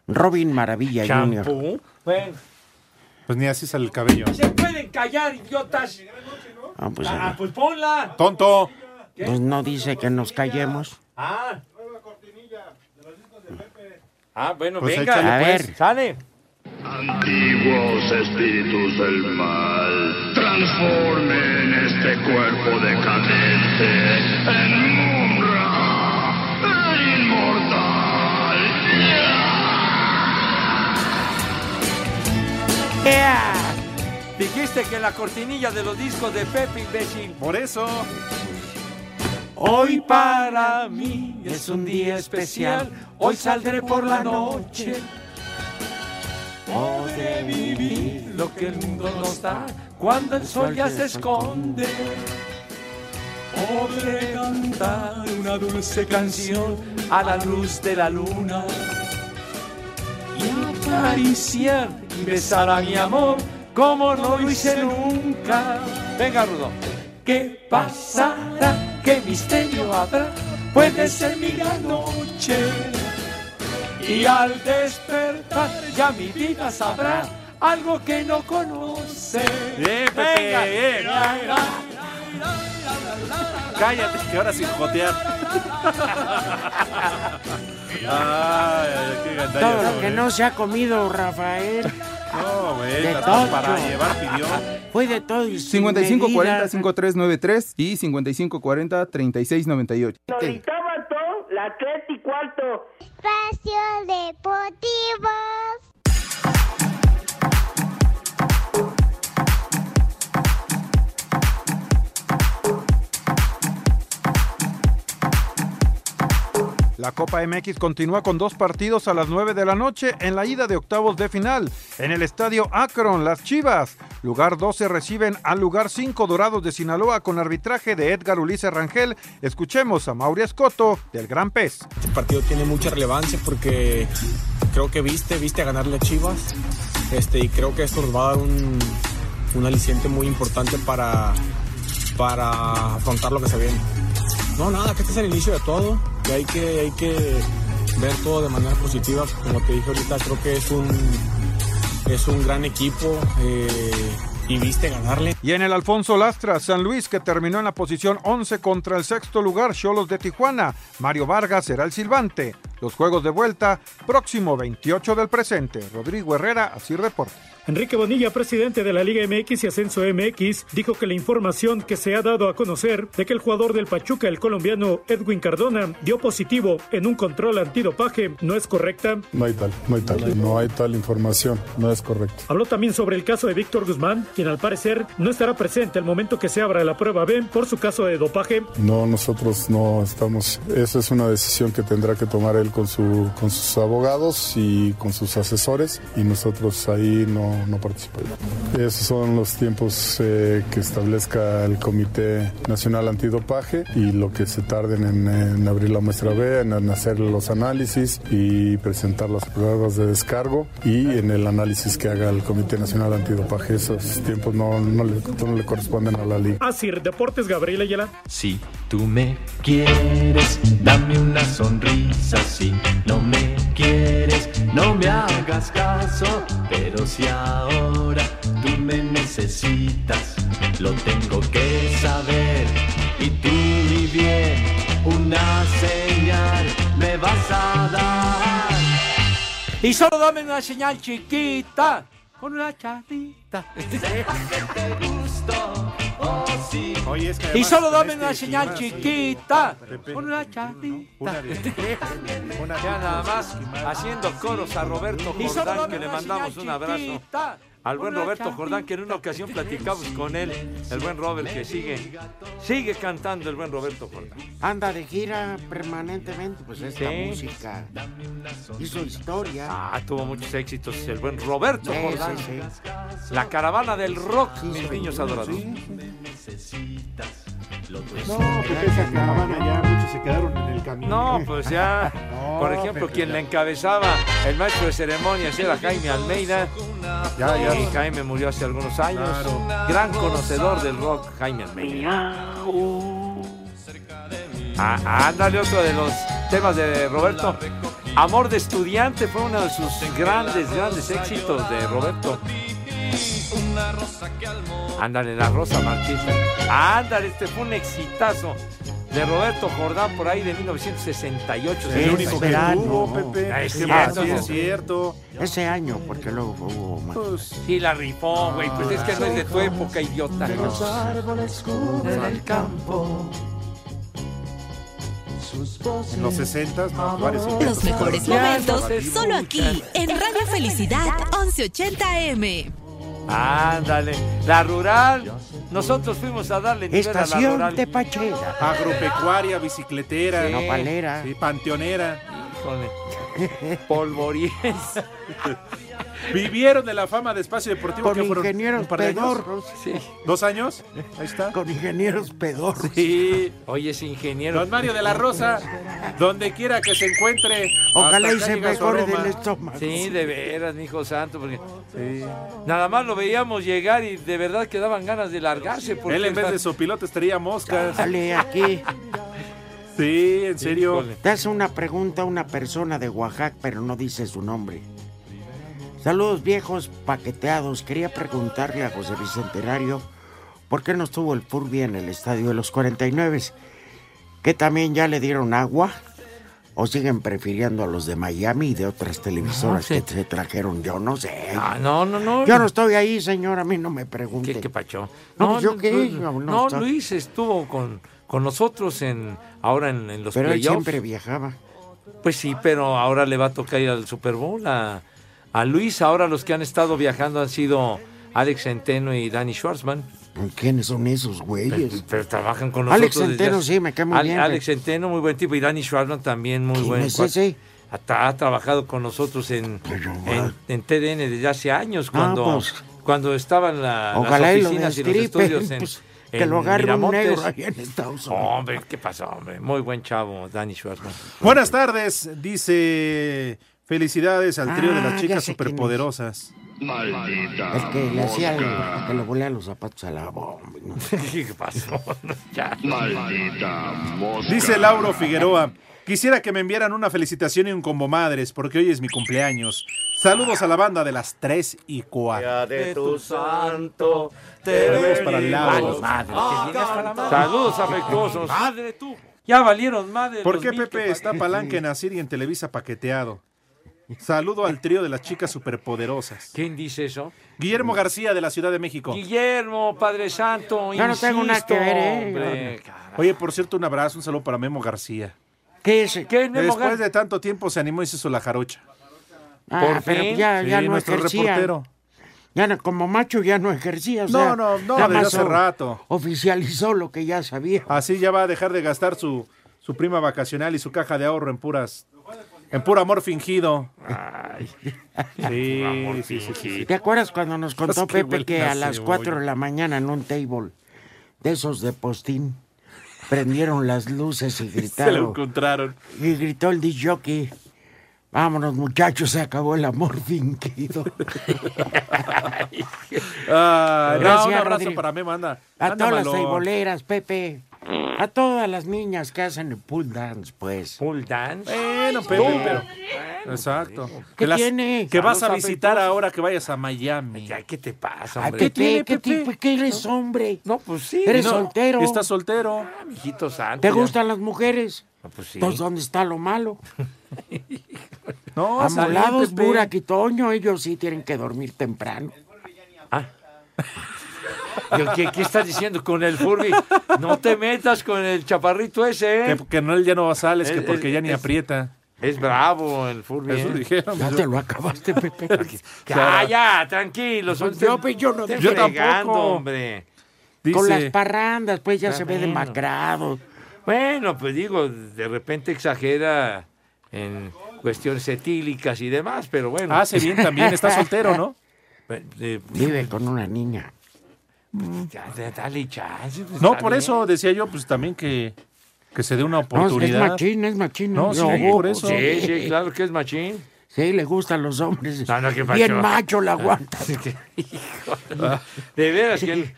Robin Maravilla Jr.
Champú. Bueno,
Pues ni así sale el cabello.
se pueden callar, idiotas.
Ah, pues,
Ah,
eh,
pues ponla.
¡Tonto!
pues no dice que nos callemos.
Ah. Ah, bueno,
Pues
venga.
échale, A pues. ver.
Sale.
Antiguos espíritus del mal, transformen este cuerpo decadente en Mumra, el inmortal.
Dijiste que la cortinilla de los discos de Pepe, imbécil.
Por eso.
Hoy para mí es un día especial. Hoy saldré por la noche. Podré vivir lo que el mundo nos da cuando el sol ya se esconde. Podré cantar una dulce canción a la luz de la luna. Y acariciar y besar a mi amor como no lo hice nunca. Venga, Rudo. ¿Qué pasará? ¿Qué misterio habrá? Puede ser mi gran noche. Y al despertar ya mi vida sabrá algo que no conoce.
Bien, Pepe,
Venga.
bien. Cállate, que ahora sin jotear. Ay, ay, qué gandalla,
Todo lo
güey.
que no se ha comido, Rafael.
No, güey,
De
la-
todo.
para llevar pidió.
Fue de todo. y sin medida.
5540-5393 y 5540-3698.
la tres y cuarto. Espacio Deportivo.
La Copa MX continúa con dos partidos a las 9 de la noche en la ida de octavos de final. En el estadio Akron, las Chivas. Lugar 12 reciben al lugar 5 Dorados de Sinaloa con arbitraje de Edgar Ulises Rangel. Escuchemos a Mauri Escoto del Gran Pez.
Este partido tiene mucha relevancia porque
creo que viste, viste a ganarle a Chivas. Este, y creo que esto nos va a dar un, un aliciente muy importante para, para afrontar lo que se viene. No, nada, que este es el inicio de todo. Y hay que, hay que ver todo de manera positiva. Como te dije ahorita, creo que es un, es un gran equipo. eh, y viste ganarle.
Y en el Alfonso Lastra, San Luis, que terminó en la posición 11 contra el sexto lugar, Cholos de Tijuana. Mario Vargas será el silbante. Los juegos de vuelta, próximo 28 del presente. Rodrigo Herrera, así reporta.
Enrique Bonilla, presidente de la Liga MX y Ascenso MX, dijo que la información que se ha dado a conocer de que el jugador del Pachuca, el colombiano Edwin Cardona, dio positivo en un control antidopaje no es correcta.
No hay tal, no hay tal, no hay tal información, no es correcto.
Habló también sobre el caso de Víctor Guzmán, quien al parecer no estará presente al momento que se abra la prueba B por su caso de dopaje.
No, nosotros no estamos. Esa es una decisión que tendrá que tomar él con, su, con sus abogados y con sus asesores y nosotros ahí no, no participamos. Esos son los tiempos eh, que establezca el Comité Nacional Antidopaje y lo que se tarden en, en abrir la muestra B, en, en hacer los análisis y presentar las pruebas de descargo y en el análisis que haga el Comité Nacional Antidopaje. Esos tiempos no, no le, no le corresponden a la liga.
Así, Deportes Gabriel Ayala.
Si tú me quieres, dame una sonrisa. Si no me quieres, no me hagas caso. Pero si ahora tú me necesitas, lo tengo que saber. Y tú, mi bien, una señal me vas a dar.
Y solo dame una señal chiquita con una charrita.
Oye, es que
Y
además
solo
con
dame
este
una señal
clima,
chiquita
Pepe.
con una charrita.
Una bien.
Ya nada más haciendo coros a Roberto
Y solo
Jordán,
dame
que le
una
mandamos
señal
un abrazo.
chiquita,
Al buen
una
Roberto
charrita.
Jordán, que en una ocasión platicamos con él, el buen Robert, que sigue, sigue cantando el buen Roberto Jordán.
Anda de gira permanentemente, pues esta
Sí.
música hizo historia.
Ah, tuvo muchos éxitos el buen Roberto
Sí,
Jordán.
sí,
La caravana del rock, mis
sí,
niños
sí.
adorados.
No, pues esa caravana ya muchos se quedaron en el camino.
No, pues ya.
*laughs* No,
Por ejemplo,
Pepe,
quien
ya.
la encabezaba, el maestro de ceremonias, era Jaime Almeida.
Ya, ya.
Y Jaime murió hace algunos años.
Claro.
Gran conocedor del rock, Jaime Almeida. Ah, ándale otro de los temas de Roberto. Amor de estudiante fue uno de sus grandes, grandes éxitos de Roberto. Ándale, la rosa marchita. Ándale, este fue un exitazo de Roberto Jordán por ahí de 1968.
El único que tuvo,
Pepe.
Ah, Es
Sí,
cierto.
así es
cierto.
Ese año, porque luego hubo más.
Sí, la rifó, güey. Pues es que no es de tu época, idiota.
De los
árboles
el
campo.
En los 60 no, varios
Los
50s.
mejores
Ya,
momentos
informativo.
solo aquí en Radio Felicidad 1180 M.
Ándale, la rural. Nosotros fuimos a darle
Pues,
nivel a la
Estación
rural.
de Pachera.
Agropecuaria, bicicletera.
Sí. Nopalera.
Sí, panteonera. *laughs*
Híjole. Polvoriense.
Vivieron de la fama de espacio deportivo
Con
que fueron
ingenieros
un par de años.
pedorros.
¿Dos años? Ahí está.
Con ingenieros pedorros.
Sí. Oye, es ingeniero.
Don Mario de la Rosa, donde quiera que se encuentre.
Ojalá
hasta
y
acá
se
llega su
mejore
aroma.
del estómago.
Sí, de veras, mi hijo santo, porque nada más lo veíamos llegar y de verdad que daban ganas de largarse. Porque
Él en vez de sopilote estaría moscas.
Dale aquí.
Sí, en serio.
Te hace una pregunta una persona de Oaxaca, pero no dice su nombre. Saludos viejos paqueteados. Quería preguntarle a José Bicentenario por qué no estuvo el Furby en el estadio de los 49. Que también ya le dieron agua. O siguen prefiriendo a los de Miami y de otras televisoras que se trajeron. Yo no sé.
Ah, no, no, no.
Yo no estoy ahí, señor. A mí no me pregunte.
¿Qué, qué pacho?
No, pues, ¿yo qué?
Luis,
Yo no
no,
estaba.
Luis estuvo con, con nosotros en ahora en, en los
Pero él
playoffs.
siempre viajaba.
Pues sí, pero ahora le va a tocar ir al Super Bowl a, a Luis. Ahora los que han estado viajando han sido Alex Centeno y Danny Schwartzman.
¿Quiénes son esos güeyes?
Pero Pues, trabajan con nosotros.
Alex
desde
Centeno,
hace-
sí, me cae muy
Al-
bien. eh.
Alex Centeno, muy buen tipo. Y Danny Schwartzman también, muy
¿Quién
buen
es
cuate.
ese?
Ha, ha trabajado con nosotros en, en, en TDN desde hace años,
Ah,
cuando,
pues.
cuando estaban la-
Ojalá y
las
lo
oficinas y los
destripen, *laughs*
estudios en,
pues,
en
que lo agarre un
Miramontes.
negro ahí en Estados Unidos.
Hombre, ¿qué pasó, hombre? Muy buen chavo, Danny Schwartzman.
Buenas tardes, dice Felicidades al trío de
Ah,
las
ya
chicas
sé quién es.
superpoderosas.
Maldita.
El que le hacía
mosca.
el- que le volea los zapatos a la bomba. ¿no?
*laughs* ¿Qué pasó?
Maldita mosca.
Dice Lauro Figueroa, quisiera que me enviaran una felicitación y un combo madres, porque hoy es mi cumpleaños. Saludos a la banda de las 3 y 4.
de tu santo
Saludos para el
venimos
Lauro.
Ah, Saludos afectuosos. Ya valieron madre.
¿Por
los
qué
mil que
Pepe está
*laughs* pagaste?
palanca en Asir y en Televisa paqueteado? Saludo al trío de las chicas superpoderosas.
¿Quién dice eso?
Guillermo García de la Ciudad de México.
Guillermo, Padre Santo,
Yo no tengo nada que ver, ¿eh?
hombre.
Oye, por cierto, un abrazo, un saludo para Memo García.
¿Qué es?
¿Qué es Memo
Después
Gar-
de tanto tiempo se animó y se hizo la jarocha.
Ah, pero ya, ya
Sí,
no
nuestro
ejercía.
reportero.
Ya no- como macho ya no ejercía. o
No,
sea,
no, no,
nada
desde
más
hace
o-
rato.
Oficializó lo que ya sabía.
Así ya va a dejar de gastar su, su prima vacacional y su caja de ahorro en puras. En puro amor fingido. Sí, sí, sí, sí.
¿Te acuerdas cuando nos contó
Es que
Pepe
huele
que
a
a las
cebolla.
4 de la mañana en un table de esos de postín prendieron las luces
*laughs*
y
Se lo
gritaron?
encontraron.
Y gritó el disc jockey, Vámonos muchachos, se acabó el amor
*laughs*
fingido.
Ah, no,
Gracias,
un abrazo
Rodrigo.
para Memo, anda.
A
anda
todas las
malón.
teiboleras, Pepe. A todas las niñas que hacen el pool dance, pues.
¿Pool dance?
Bueno,
Sí.
Pepe, pero. Exacto.
¿Qué
Que las-
tiene?
Que vas a
Saludos
visitar ahora que vayas a Miami.
¿Qué te pasa,
Ay, Pepe, ¿qué, tipo- qué eres hombre?
No, pues sí.
Eres
No,
soltero.
Estás soltero.
Ah, Mijito santo.
¿Te
ya.
gustan las mujeres?
No, pues sí.
Entonces, ¿dónde está lo malo?
*laughs* No,
Amolados,
Pepe.
Burak y Toño, ellos sí tienen que dormir temprano.
Ah. Yo, ¿Qué, qué estás diciendo con el Furby? No te metas con el chaparrito ese, ¿eh?
Que, que no, él ya no sales, que
Es-
porque
es-
ya ni
es-
aprieta.
Es bravo el Furby.
Eso
¿eh?
dijeron.
Ya
Yo-
te lo acabaste, Pepe.
*laughs*
Ya, ya, tranquilos.
yo, pues, yo no
estén
dije-
fregando,
tampoco.
hombre.
Con las
Dice-
parrandas, pues ya
Está
se ve
bueno.
demacrado.
Bueno, pues digo, de repente exagera en cuestiones etílicas y demás, pero bueno.
Hace bien también, está soltero,
*laughs*
¿no?
Eh,
Vive con una niña.
ya, ya, dale chance, pues,
No,
está
por
bien.
eso decía yo, pues también que, que se dé una
No, es
oportunidad.
machín, es machín.
No, sí,
Yo,
por eso.
Sí, sí, claro que es machín.
Sí, le gustan los hombres.
No, no, qué macho.
Bien macho la
*laughs*
aguanta.
Híjole, de
*laughs*
veras que...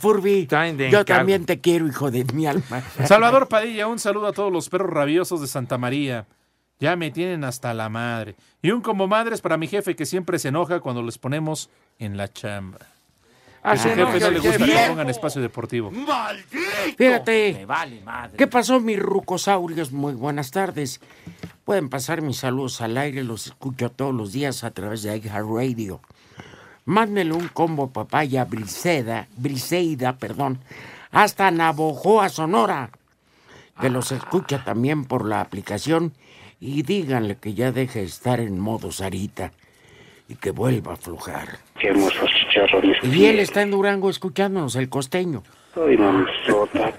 Furby,
Traen de
yo
encargo.
también te quiero, hijo de mi alma.
Salvador Padilla, un saludo a todos los perros rabiosos de Santa María. Ya me tienen hasta la madre. Y un como madres para mi jefe que siempre se enoja cuando les ponemos en la chamba.
Ah,
A su
Hace
jefe no le gusta que le
viejo.
pongan espacio deportivo.
Fíjate,
Vale, madre.
¿qué pasó, mis rucosaurios? Muy buenas tardes. Pueden pasar mis saludos al aire, los escucho todos los días a través de iHeartRadio. Mándenle un combo papaya briseda, briseida, perdón, hasta Navojoa, Sonora, que
Ah.
los escucha también por la aplicación. Y díganle que ya deje de estar en modo Sarita y que vuelva a aflojar.
Qué hermosos chicharrones.
Y él está en Durango escuchándonos, el costeño.
Soy mamazota.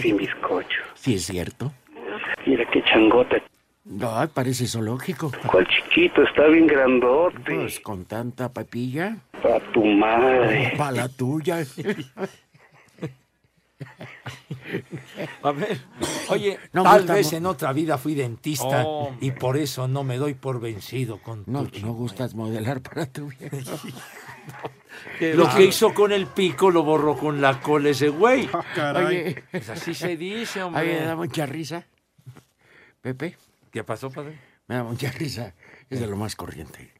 Sin bizcocho.
Sí, es cierto.
Mira qué changota.
No, parece zoológico.
Cuál chiquito, está bien grandote.
Pues con tanta papilla.
A tu
*laughs*
madre.
Para la tuya.
A ver, oye,
No,
tal
gusta,
vez
no.
en otra vida fui dentista
Hombre.
y por eso no *laughs* me doy por vencido con
No,
tu chi-
no gustas modelar para tu viejo.
*laughs* Lo que hizo con el pico lo borró con la cola ese güey.
Ah,
Oye,
*laughs* Pues así se dice,
a mí me da
hombre.
mucha risa. Pepe,
¿Qué pasó, padre?
me da mucha risa. Es de lo más corriente.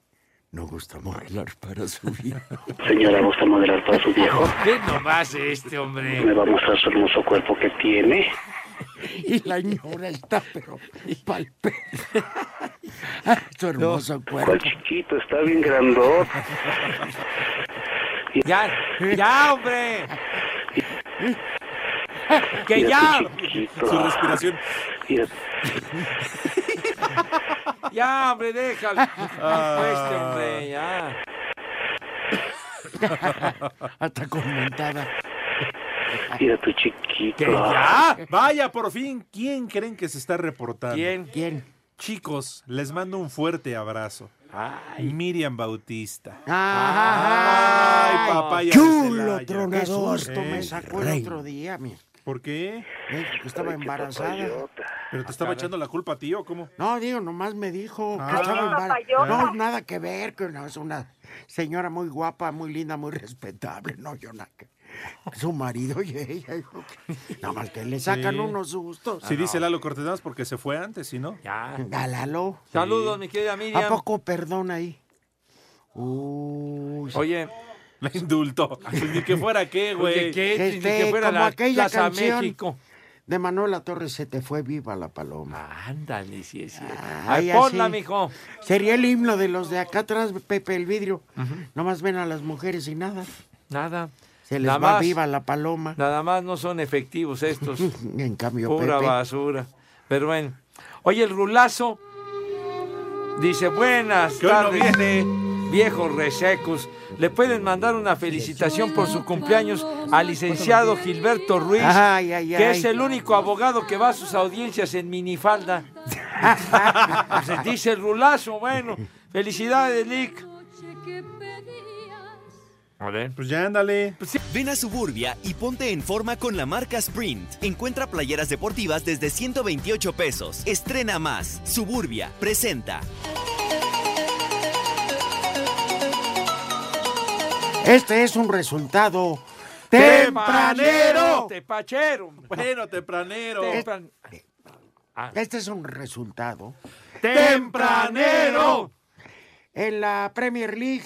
No gusta modelar para su
*laughs*
viejo.
Señora, ¿gusta modelar para su viejo?
¿Qué nomás este,
Me
hombre?
va a mostrar su hermoso cuerpo que tiene.
Y la señora está, pero pa'l pe- *laughs* Ah, Su hermoso cuerpo.
Cuál chiquito, está bien grandote.
Ya, ya, hombre. Que
Mira
ya,
qué chiquito.
Su respiración.
Mira,
*laughs* ya, hombre, déjalo. Pues, este, hombre,
Ah.
ya.
*laughs*
Este
*laughs*
Hasta comentada.
mira tu chiquito.
Que ya.
Vaya, por fin, ¿quién creen que se está reportando?
¿Quién?
¿Quién?
Chicos, les mando un fuerte abrazo. Miriam Bautista.
Ay,
Ay, papaya de
Chulo
Celaya. Qué
tronador.
susto
Esto me
me
sacó el
rey.
otro día, mi.
¿Por qué?
Me dijo que estaba
Ay, qué
embarazada. Ah,
papayota.
¿Pero te estaba echando la culpa a ti o cómo?
No, digo, nomás me dijo que
Ah.
estaba
Ay,
embar-
papayota.
No, nada que ver, que no, es una señora muy guapa, muy linda, muy respetable. No, yo nada que... Su marido y ella. hijo. Nada más que le sacan
Sí.
unos sustos. Ah,
Si dice Lalo Cortés nada más porque se fue antes, ¿sí no?
Ya.
A Lalo.
Saludos, mi querida Miriam.
¿A poco perdón ahí? Uy.
Oye.
La indulto. Pues Ni que fuera qué,
güey.
Este, como aquella
Plaza
canción
México.
de Manuela Torres, se te fue viva la paloma.
Ándale, sí, sí.
Ay,
Ay, ponla,
así.
mijo.
Sería el himno de los de acá atrás, Pepe el Vidrio. Nomás ven a las mujeres y nada.
Nada.
Se les
Nada
va
más.
viva la paloma.
Nada más no son efectivos estos.
*laughs* En cambio,
Pura
Pepe.
basura. Pero bueno. Oye, el rulazo dice, buenas
Que hoy no
tardes, viejos resecos. Le pueden mandar una felicitación por su cumpleaños al licenciado Gilberto Ruiz,
Ay, ay,
que
ay.
es el único abogado que va a sus audiencias en
*laughs*
minifalda. Pues dice el rulazo, bueno. Felicidades, Lick. A ver.
Pues ya ándale.
Ven a Suburbia y ponte en forma con la marca Sprint. Encuentra playeras deportivas desde 128 pesos. Estrena más. Suburbia presenta.
Este es un resultado
¡Tempranero!
tempranero.
¡Tepachero!
Bueno, tempranero.
Tempran-
Este es un resultado
¡Tempranero!
En la Premier League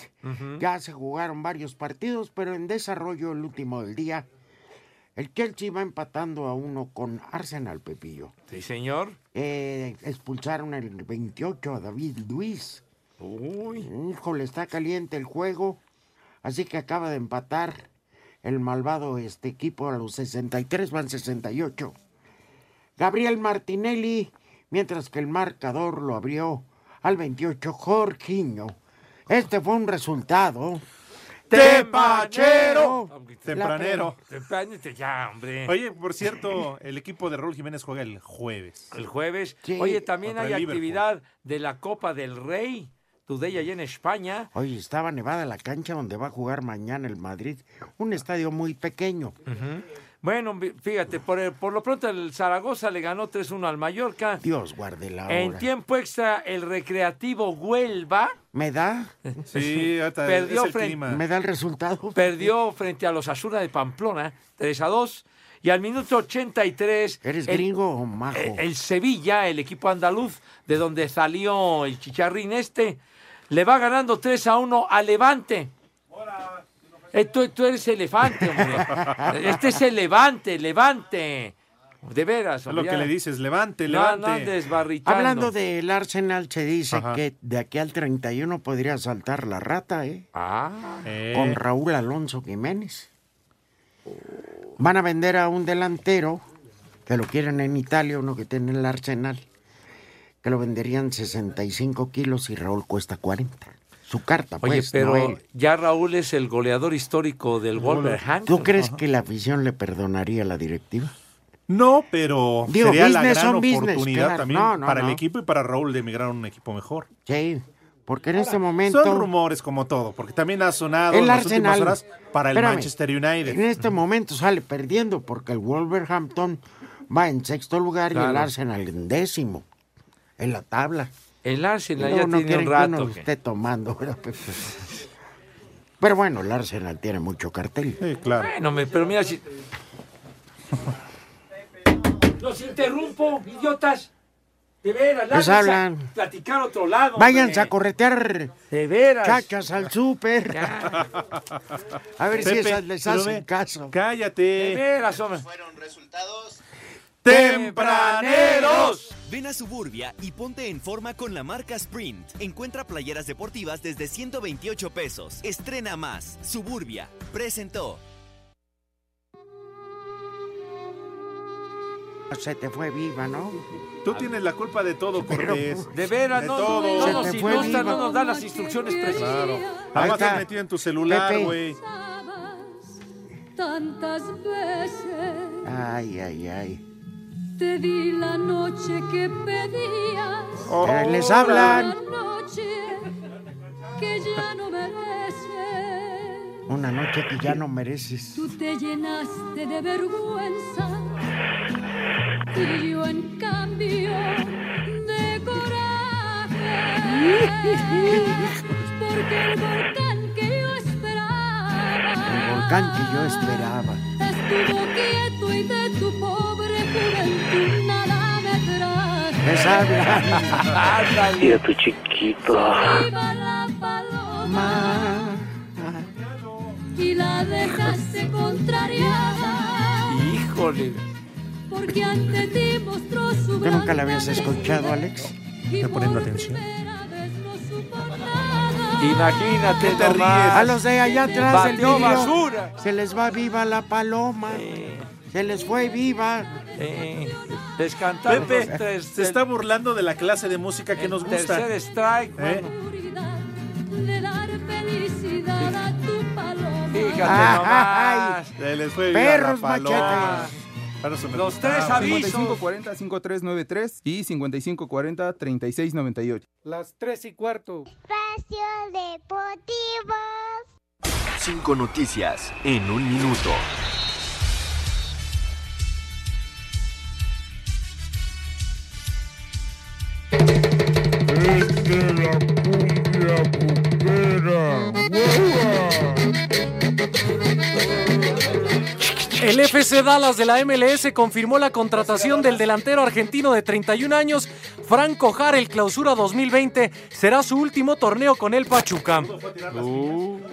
ya se jugaron varios partidos, pero en desarrollo el último del día. El Chelsea va empatando a uno con Arsenal Pepillo.
Sí, señor.
Eh, expulsaron el 28 a David Luis. Híjole, está caliente el juego. Así que acaba de empatar el malvado este equipo a los 63, van 68. Gabriel Martinelli, mientras que el marcador lo abrió al 28, Jorginho. Este fue un resultado.
Tempranero.
Tempranero, ya, hombre.
Oye, por cierto, el equipo de Raúl Jiménez juega el jueves.
El jueves. Oye, también hay actividad de la Copa del Rey, Today allá en España.
Oye, estaba nevada la cancha donde va a jugar mañana el Madrid. Un estadio muy pequeño.
Bueno, vi- fíjate, por, el- por lo pronto el Zaragoza le ganó 3-1 al Mallorca.
Dios guarde la
En
hora.
tiempo extra, el recreativo Huelva
¿Me da?
Sí, ahorita
Perdió
es el
frente-
clima.
¿Me da el resultado?
perdió frente a los Asura de Pamplona, 3-2. Y al minuto 83...
¿Eres
el-
gringo o majo?
Eh, El Sevilla, el equipo andaluz, de donde salió el chicharrín este, le va ganando 3 a 1 a Levante. Eh, tú, tú eres
*laughs*
elefante, hombre. Este es el Levante, Levante. De veras,
Es lo
hombre,
que
ya.
le dices, levante,
No,
levante.
no andes barritando.
Hablando del Arsenal, se dice
Ajá.
que de aquí al 31 podría saltar la rata, ¿eh?
Ah.
Con Raúl Alonso Jiménez. Van a vender a un delantero, que lo quieren en Italia, uno que tiene el Arsenal, que lo venderían 65 kilos y Raúl cuesta 40. Su carta,
Oye,
pues,
pero
no él.
ya Raúl es el goleador histórico del Wolverhampton.
¿Tú crees que la afición le perdonaría a la directiva?
No, pero
Digo,
sería la
business
gran
son business,
oportunidad
claro.
también
No, no,
para
no.
el equipo y para Raúl de emigrar a un equipo mejor.
Sí, porque en este momento...
Son rumores como todo, porque también ha sonado en
El
las últimas
Arsenal.
horas para el
Espérame.
Manchester United.
En este momento sale perdiendo porque el Wolverhampton va en sexto lugar y el
Claro.
Arsenal en décimo en la tabla.
El Arsenal
No,
ya
no
tiene
quieren
un
que
rato.
uno lo
que-
esté tomando. ¿verdad, Pepe? Pero bueno, el Arsenal tiene mucho cartel.
Sí, claro.
Bueno, me- pero mira, si... *laughs* Los interrumpo, idiotas. De veras,
Pues
lárguense a
hablan.
Platicar otro lado.
Váyanse a
hombre.
corretear
De veras.
chachas al súper. A ver si
Pepe,
esas les
pero
hacen
ve,
caso.
Cállate.
De veras, hombre.
Tempraneros.
Ven a Suburbia y ponte en forma con la marca Sprint. Encuentra playeras deportivas desde 128 pesos. Estrena más. Suburbia presentó.
Se te fue viva, ¿no?
Tú tienes la culpa de todo, Cortés.
De veras,
De
no,
todo.
no
pues, Se
nos
te fue
ilustra,
viva.
no nos da las instrucciones precisas.
Claro.
Ahí
Además,
está.
estás metido en tu celular,
Pepe.
güey.
Tantas veces
Ay, ay, ay.
te di la noche que pedías.
Eh, les hablan.
Una noche que ya no mereces.
Una noche que ya no mereces.
Tú te llenaste de vergüenza Y yo en cambio de coraje, porque el volcán que yo esperaba
El volcán que yo esperaba.
estuvo quieto y de tu pobre juventud nada me traje.
¿Ves, habla?
Mira tu chiquito.
Viva la paloma y la dejaste contrariada
Híjole.
porque ante ti mostró su
¿Tú nunca
blanca
la habías escuchado, Alex?
Está poniendo atención.
Imagínate,
te ríes?
nomás.
A los de allá atrás del
Batió
vidrio.
basura.
Se les va viva la paloma. Se les fue viva.
Eh, les cantamos
Pepe,
los tres-
se está burlando de la clase de música que nos gusta.
Tercer strike,
¿Eh?
mano.
de dar felicidad a tu paloma.
Fíjate nomás.
Se les fue
Perros
Los tres avisos.
5540-5393 y 5540-3698.
Las tres y cuarto.
Espacio Deportivo.
Cinco noticias en un minuto.
El FC Dallas de la MLS confirmó la contratación del delantero argentino de 31 años, Franco Jara, el clausura 2020. Será su último torneo con el Pachuca.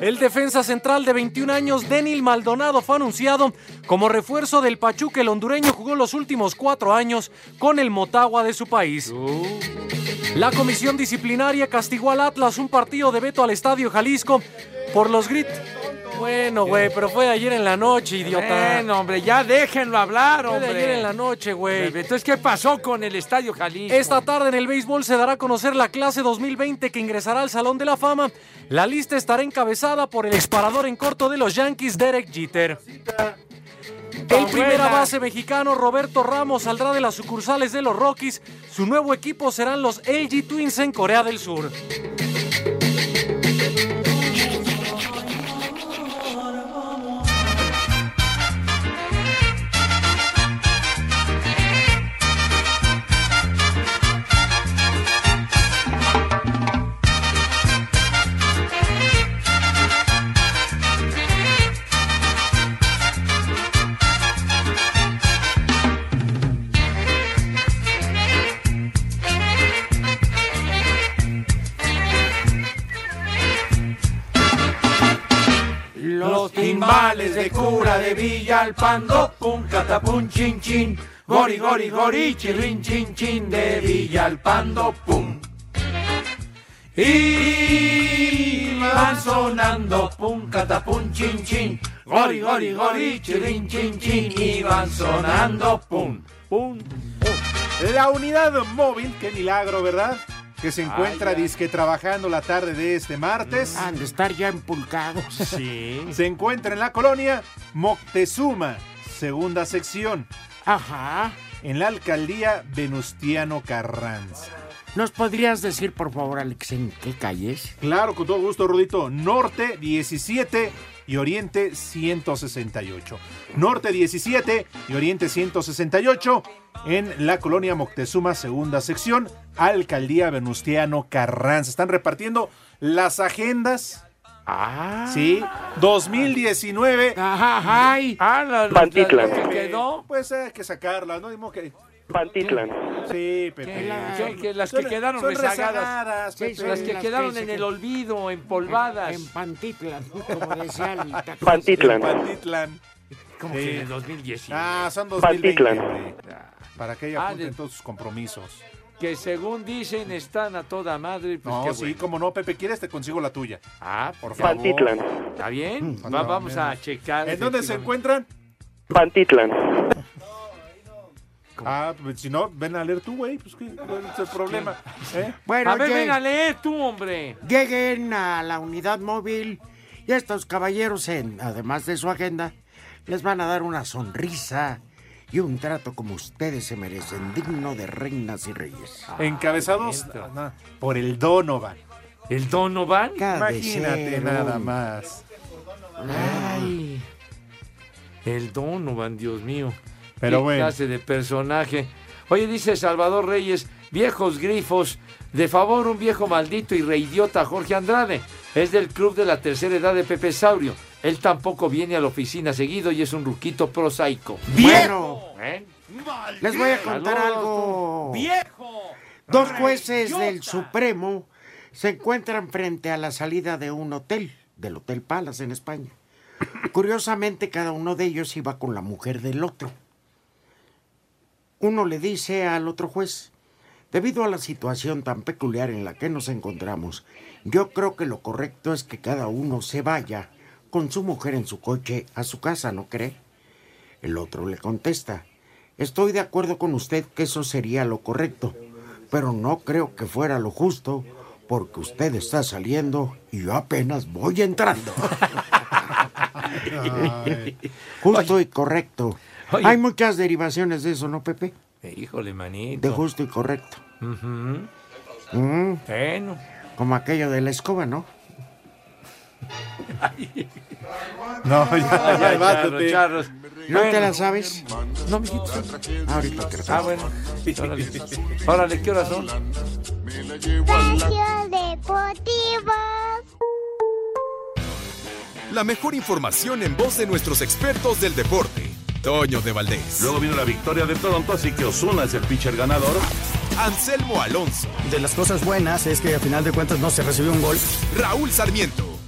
El defensa central de 21 años, Denil Maldonado, fue anunciado como refuerzo del Pachuca. El hondureño jugó los últimos cuatro años con el Motagua de su país. La comisión disciplinaria castigó al Atlas un partido de veto al Estadio Jalisco por los gritos. Bueno, güey, pero fue ayer en la noche, idiota.
Bueno, hombre, ya déjenlo hablar,
Fue de
hombre.
ayer en la noche, güey.
Entonces, ¿qué pasó con el Estadio Jalisco?
Esta tarde en el béisbol se dará a conocer la clase 2020 que ingresará al Salón de la Fama. La lista estará encabezada por el exparador en corto de los Yankees, Derek Jeter. El
Tan
primera
buena.
base mexicano Roberto Ramos saldrá de las sucursales de los Rockies. Su nuevo equipo serán los LG Twins en Corea del Sur.
Los timbales de cura de Villa al Pandocum, catapum chin chin, gori gori gori, chirrin chin chin de Villa al Pandocum. Y van sonando pum catapum chin chin, gori gori gori, chirrin chin chin y van sonando pum pum.
La unidad móvil, qué milagro, ¿verdad? Que se encuentra,
Vaya.
disque, trabajando la tarde de este martes.
Mm. Han de estar ya empulcados.
Sí. Se encuentra en la colonia Moctezuma, segunda sección.
Ajá.
En la alcaldía Venustiano Carranza.
¿Nos podrías decir, por favor, Alex, en qué calles?
Claro, con todo gusto, Rudito. Norte 17 y Oriente 168. Norte 17 y Oriente 168 en la colonia Moctezuma, segunda sección, alcaldía Venustiano Carranza. Están repartiendo las agendas.
Ah.
Sí, 2019.
Ajá,
Pantitlan.
Ah, ¿la que quedó?
Pues hay que sacarlas, ¿no? Ni modo que-
Pantitlan.
Sí, Pepe.
Que- que las
Son-
que quedaron
son
rezagadas,
rezagadas, Pepe.
las que quedaron en el olvido, empolvadas.
En Pantitlan, como decía el taco.
Pantitlan.
Como
Sí.
que en el 2017.
Ah, son 2020.
Pantitlan.
hombre. Para que ella
Ah,
apunten
de-
todos sus compromisos.
Que según dicen están a toda madre. Pues
No,
qué
sí,
bueno.
como no, Pepe, ¿quieres? Te consigo la tuya.
Ah,
por favor. Mm,
Pantitlan. Está bien. Va-
No,
vamos
mira.
a checar.
¿En dónde se encuentran?
Pantitlan.
Ah, pues, si no, ven a leer tú, güey. Pues qué cuál es el problema. ¿Eh?
Bueno,
a ver,
Jay.
ven a leer tú, hombre.
Lleguen a la unidad móvil y estos caballeros, en- además de su agenda, les van a dar una sonrisa y un trato como ustedes se merecen, digno de reinas y reyes.
Ah,
Encabezados ajá, por el Donovan.
¿El Donovan?
Imagínate nada más.
Ay. El Donovan, Dios mío.
Pero
Qué
bueno.
clase de personaje. Oye, dice Salvador Reyes, viejos grifos, de favor un viejo maldito y reidiota Jorge Andrade. Es del club de la tercera edad de Pepe Saurio. Él tampoco viene a la oficina seguido y es un ruquito prosaico.
¡Viejo!
¿Eh?
Les voy a contar
Saludos,
algo.
tú. ¡Viejo!
Dos jueces del Supremo se encuentran frente a la salida de un hotel, del Hotel Palace en España. Curiosamente, cada uno de ellos iba con la mujer del otro. Uno le dice al otro juez, debido a la situación tan peculiar en la que nos encontramos, yo creo que lo correcto es que cada uno se vaya con su mujer en su coche a su casa, ¿no cree? El otro le contesta, estoy de acuerdo con usted que eso sería lo correcto, pero no creo que fuera lo justo porque usted está saliendo y yo apenas voy entrando.
*laughs*
*laughs* justo y correcto.
Oye.
Hay muchas derivaciones de eso, ¿no, Pepe?
Eh, Híjole, manito.
De justo y correcto.
Ujú.
Mm,
Bueno.
como aquello de la escoba,
*laughs*
¿no?
No, ya,
Ay,
ya,
ay,
bástate.
Ah, charros, charros.
¿No
Bueno.
te la sabes?
No, mijito.
Ahorita te la
Ah,
sabes.
bueno. Órale. Órale, ¿qué horas son?
Espacio Deportivo.
La mejor información en voz de nuestros expertos del deporte. Toño de Valdés.
Luego vino la victoria de Toronto, así que Osuna es el pitcher ganador.
Anselmo Alonso. De las cosas buenas es que a final de cuentas no se recibió un gol. Raúl Sarmiento.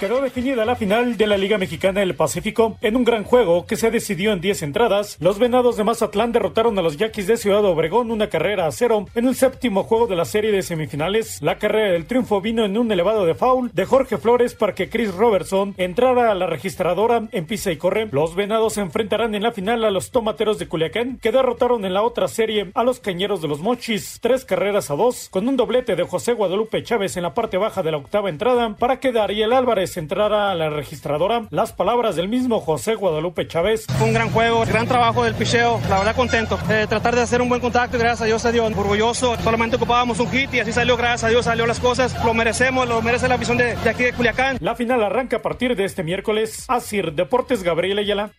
Quedó definida la final de la Liga Mexicana del Pacífico en un gran juego que se decidió en 10 entradas. Los Venados de Mazatlán derrotaron a los Yaquis de Ciudad Obregón una carrera a cero en el séptimo juego de la serie de semifinales. La carrera del triunfo vino en un elevado de foul de Jorge Flores para que Chris Robertson entrara a la registradora en pisa y corre. Los Venados se enfrentarán en la final a los Tomateros de Culiacán que derrotaron en la otra serie a los Cañeros de los Mochis tres carreras a dos con un doblete de José Guadalupe Chávez en la parte baja de la octava entrada para que Dariel Álvarez entrara a la registradora. Las palabras del mismo José Guadalupe Chávez.
Fue un gran juego, gran trabajo del picheo, la verdad contento. Eh, tratar de hacer un buen contacto, y gracias a Dios se dio, orgulloso. Solamente ocupábamos un hit y así salió, gracias a Dios salió las cosas. Lo merecemos, lo merece la visión de, de aquí de Culiacán.
La final arranca a partir de este miércoles. Asir Deportes Gabriel Ayala.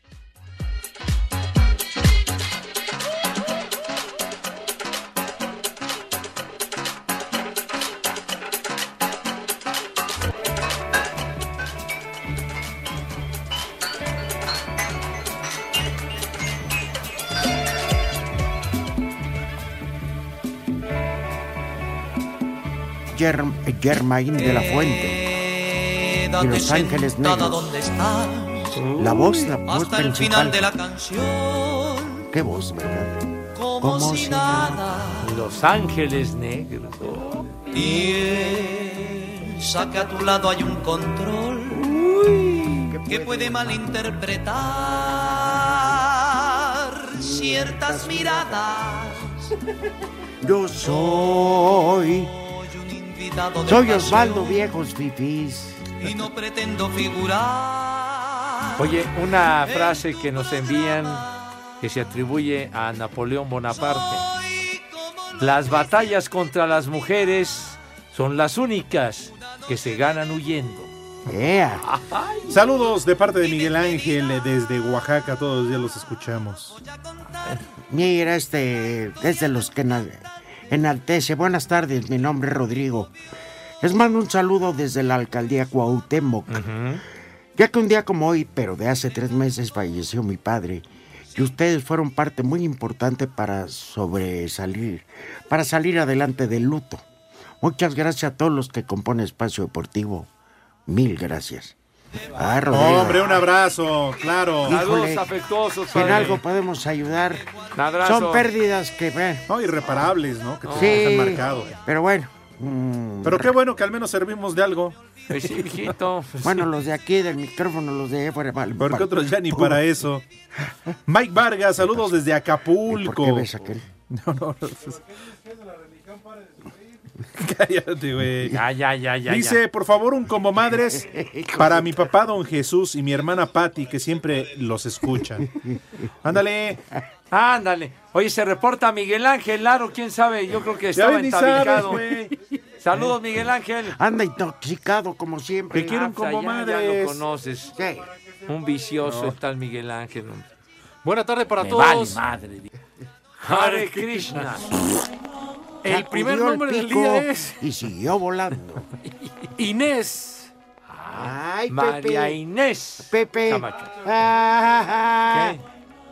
Germ- Germain de la
Eh,
Fuente. Y Los Ángeles Negros.
donde está
La voz, la voz
hasta el
principal.
final de la canción.
Qué voz, ¿verdad?
Como,
Como
si
si
nada.
Los Ángeles Negros. Oh.
Piensa que a tu lado hay un control que puede malinterpretar ciertas miradas.
Yo soy.
Invitado de
Soy
pasión,
Osvaldo Viejos Fifís.
Y no pretendo figurar.
Oye, una frase que nos envían que se atribuye a Napoleón Bonaparte. Las batallas contra las mujeres son las únicas que se ganan huyendo.
Saludos de parte de Miguel Ángel eh, desde Oaxaca. Todos los días los escuchamos.
Mira, este es de los que enal- enaltece. Buenas tardes, mi nombre es Rodrigo. Les mando un saludo desde la alcaldía Cuauhtémoc. Ya que un día como hoy, pero de hace tres meses, falleció mi padre. Y ustedes fueron parte muy importante para sobresalir, para salir adelante del luto. Muchas gracias a todos los que componen Espacio Deportivo. Mil gracias. Ah, Rodrigo.
Hombre, un abrazo, claro.
Híjole,
afectuosos.
si en algo podemos ayudar.
abrazo.
Son pérdidas que... eh,
No, irreparables, ¿no? Que te
Sí,
dejan marcado.
Pero bueno, Mm.
Pero qué bueno que al menos servimos de algo.
*laughs* Bueno, los de aquí del micrófono, los de fuera. mal-
Porque
mal-
otros ya ni para eso. Mike Vargas, saludos desde
¿Por
Acapulco.
qué ves aquel?
*laughs* No, no, no. *laughs* Cállate, güey.
Ya, ya, ya, ya.
Dice, por favor, un combo
*laughs*
madres para mi papá Don Jesús y mi hermana Patti, que siempre los escuchan. Ándale.
Ándale. Oye, se reporta Miguel Ángel Laro, quién sabe, yo creo que
Ya
estaba
ven, ni sabes,
entabincado.
güey.
Saludos, Miguel Ángel.
Anda intoxicado como siempre.
Ah, pues allá ya, lo conoces. Un vicioso
No.
es tal Miguel Ángel. hombre.
Buena tarde para
Me
todos.
vale madre. Hare Krishna.
El
Sacudió
primer
el
nombre del
pico
día es
Y siguió
*laughs*
volando.
Inés.
Ay,
María
Pepe.
Inés.
Pepe.
Camacho.
Ah,
¿Qué?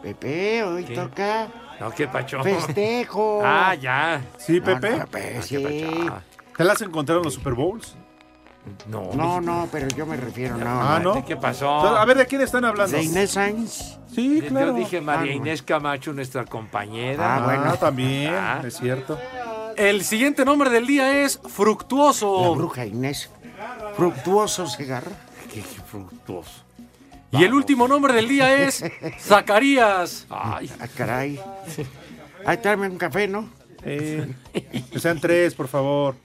Pepe, hoy
¿Qué?
toca
No, qué pacho.
festejo.
Ah, ya. Ah,
Sí,
No,
Pepe.
no, Pepe, sí.
¿Te las encontraron en los Super Bowls?
No.
No, no, pero yo me refiero, no.
Ah, ¿no?
¿Qué pasó?
A ver, ¿de quién están hablando?
¿De Inés Sainz?
Sí, claro.
Yo dije María
Ah, no.
Inés Camacho, nuestra compañera.
Ah, bueno, también, es cierto.
Ah. El siguiente nombre del día es Fructuoso.
La bruja Inés. Fructuoso cigarro.
Qué fructuoso.
Y el último nombre del día
*laughs*
es Zacarías.
Ay,
Ah, caray. Ahí tráeme un café, ¿no?
Eh, que sean tres, por favor.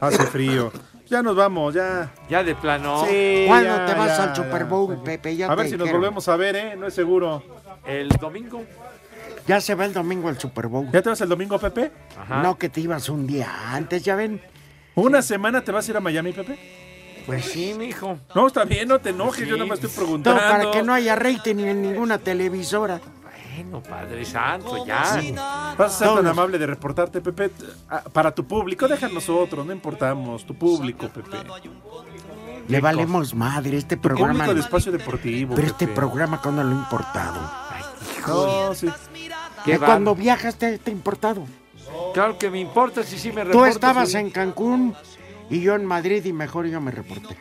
Hace frío. Ya nos vamos, ya.
Ya de plano.
Sí,
¿Cuándo
ya,
te vas
ya,
al Super
ya.
Bowl, Pepe? Ya
A ver
te
si nos
dijeron.
volvemos a ver, ¿eh? No es seguro.
El domingo.
Ya se va el domingo al Super Bowl.
¿Ya te vas el domingo, Pepe?
Ajá.
No, que te ibas un día antes, ¿ya ven?
¿Una semana te vas a ir a Miami, Pepe?
Pues sí.
mijo.
No, está bien, no te enojes, yo nada más estoy
No,
preguntando.
para que no haya rating en ninguna televisora.
Bueno, Padre Santo, ya.
Vas a ser tan amable de reportarte, Pepe. Ah, Para tu público, deja nosotros, no importamos. Tu público, Pepe.
Le valemos madre este programa.
Público de espacio deportivo.
Pero este
Pepe.
programa cuando lo ha importado.
No, sí.
Que
Qué bar-
cuando viajas te, te ha importado.
Claro que me importa si sí me reporto.
Tú estabas
sí.
en Cancún y yo en Madrid y mejor yo me reporté.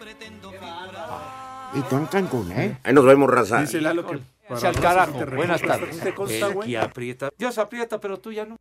Y tú en Cancún, ¿eh?
Ahí nos vemos, raza.
Dice Lalo que.
Sí, al
para-
carajo.
este
¿Te reportas?
Buenas
¿Te
tardes.
Eh,
consta,
El
güey?
que aprieta. Dios aprieta, pero tú ya no.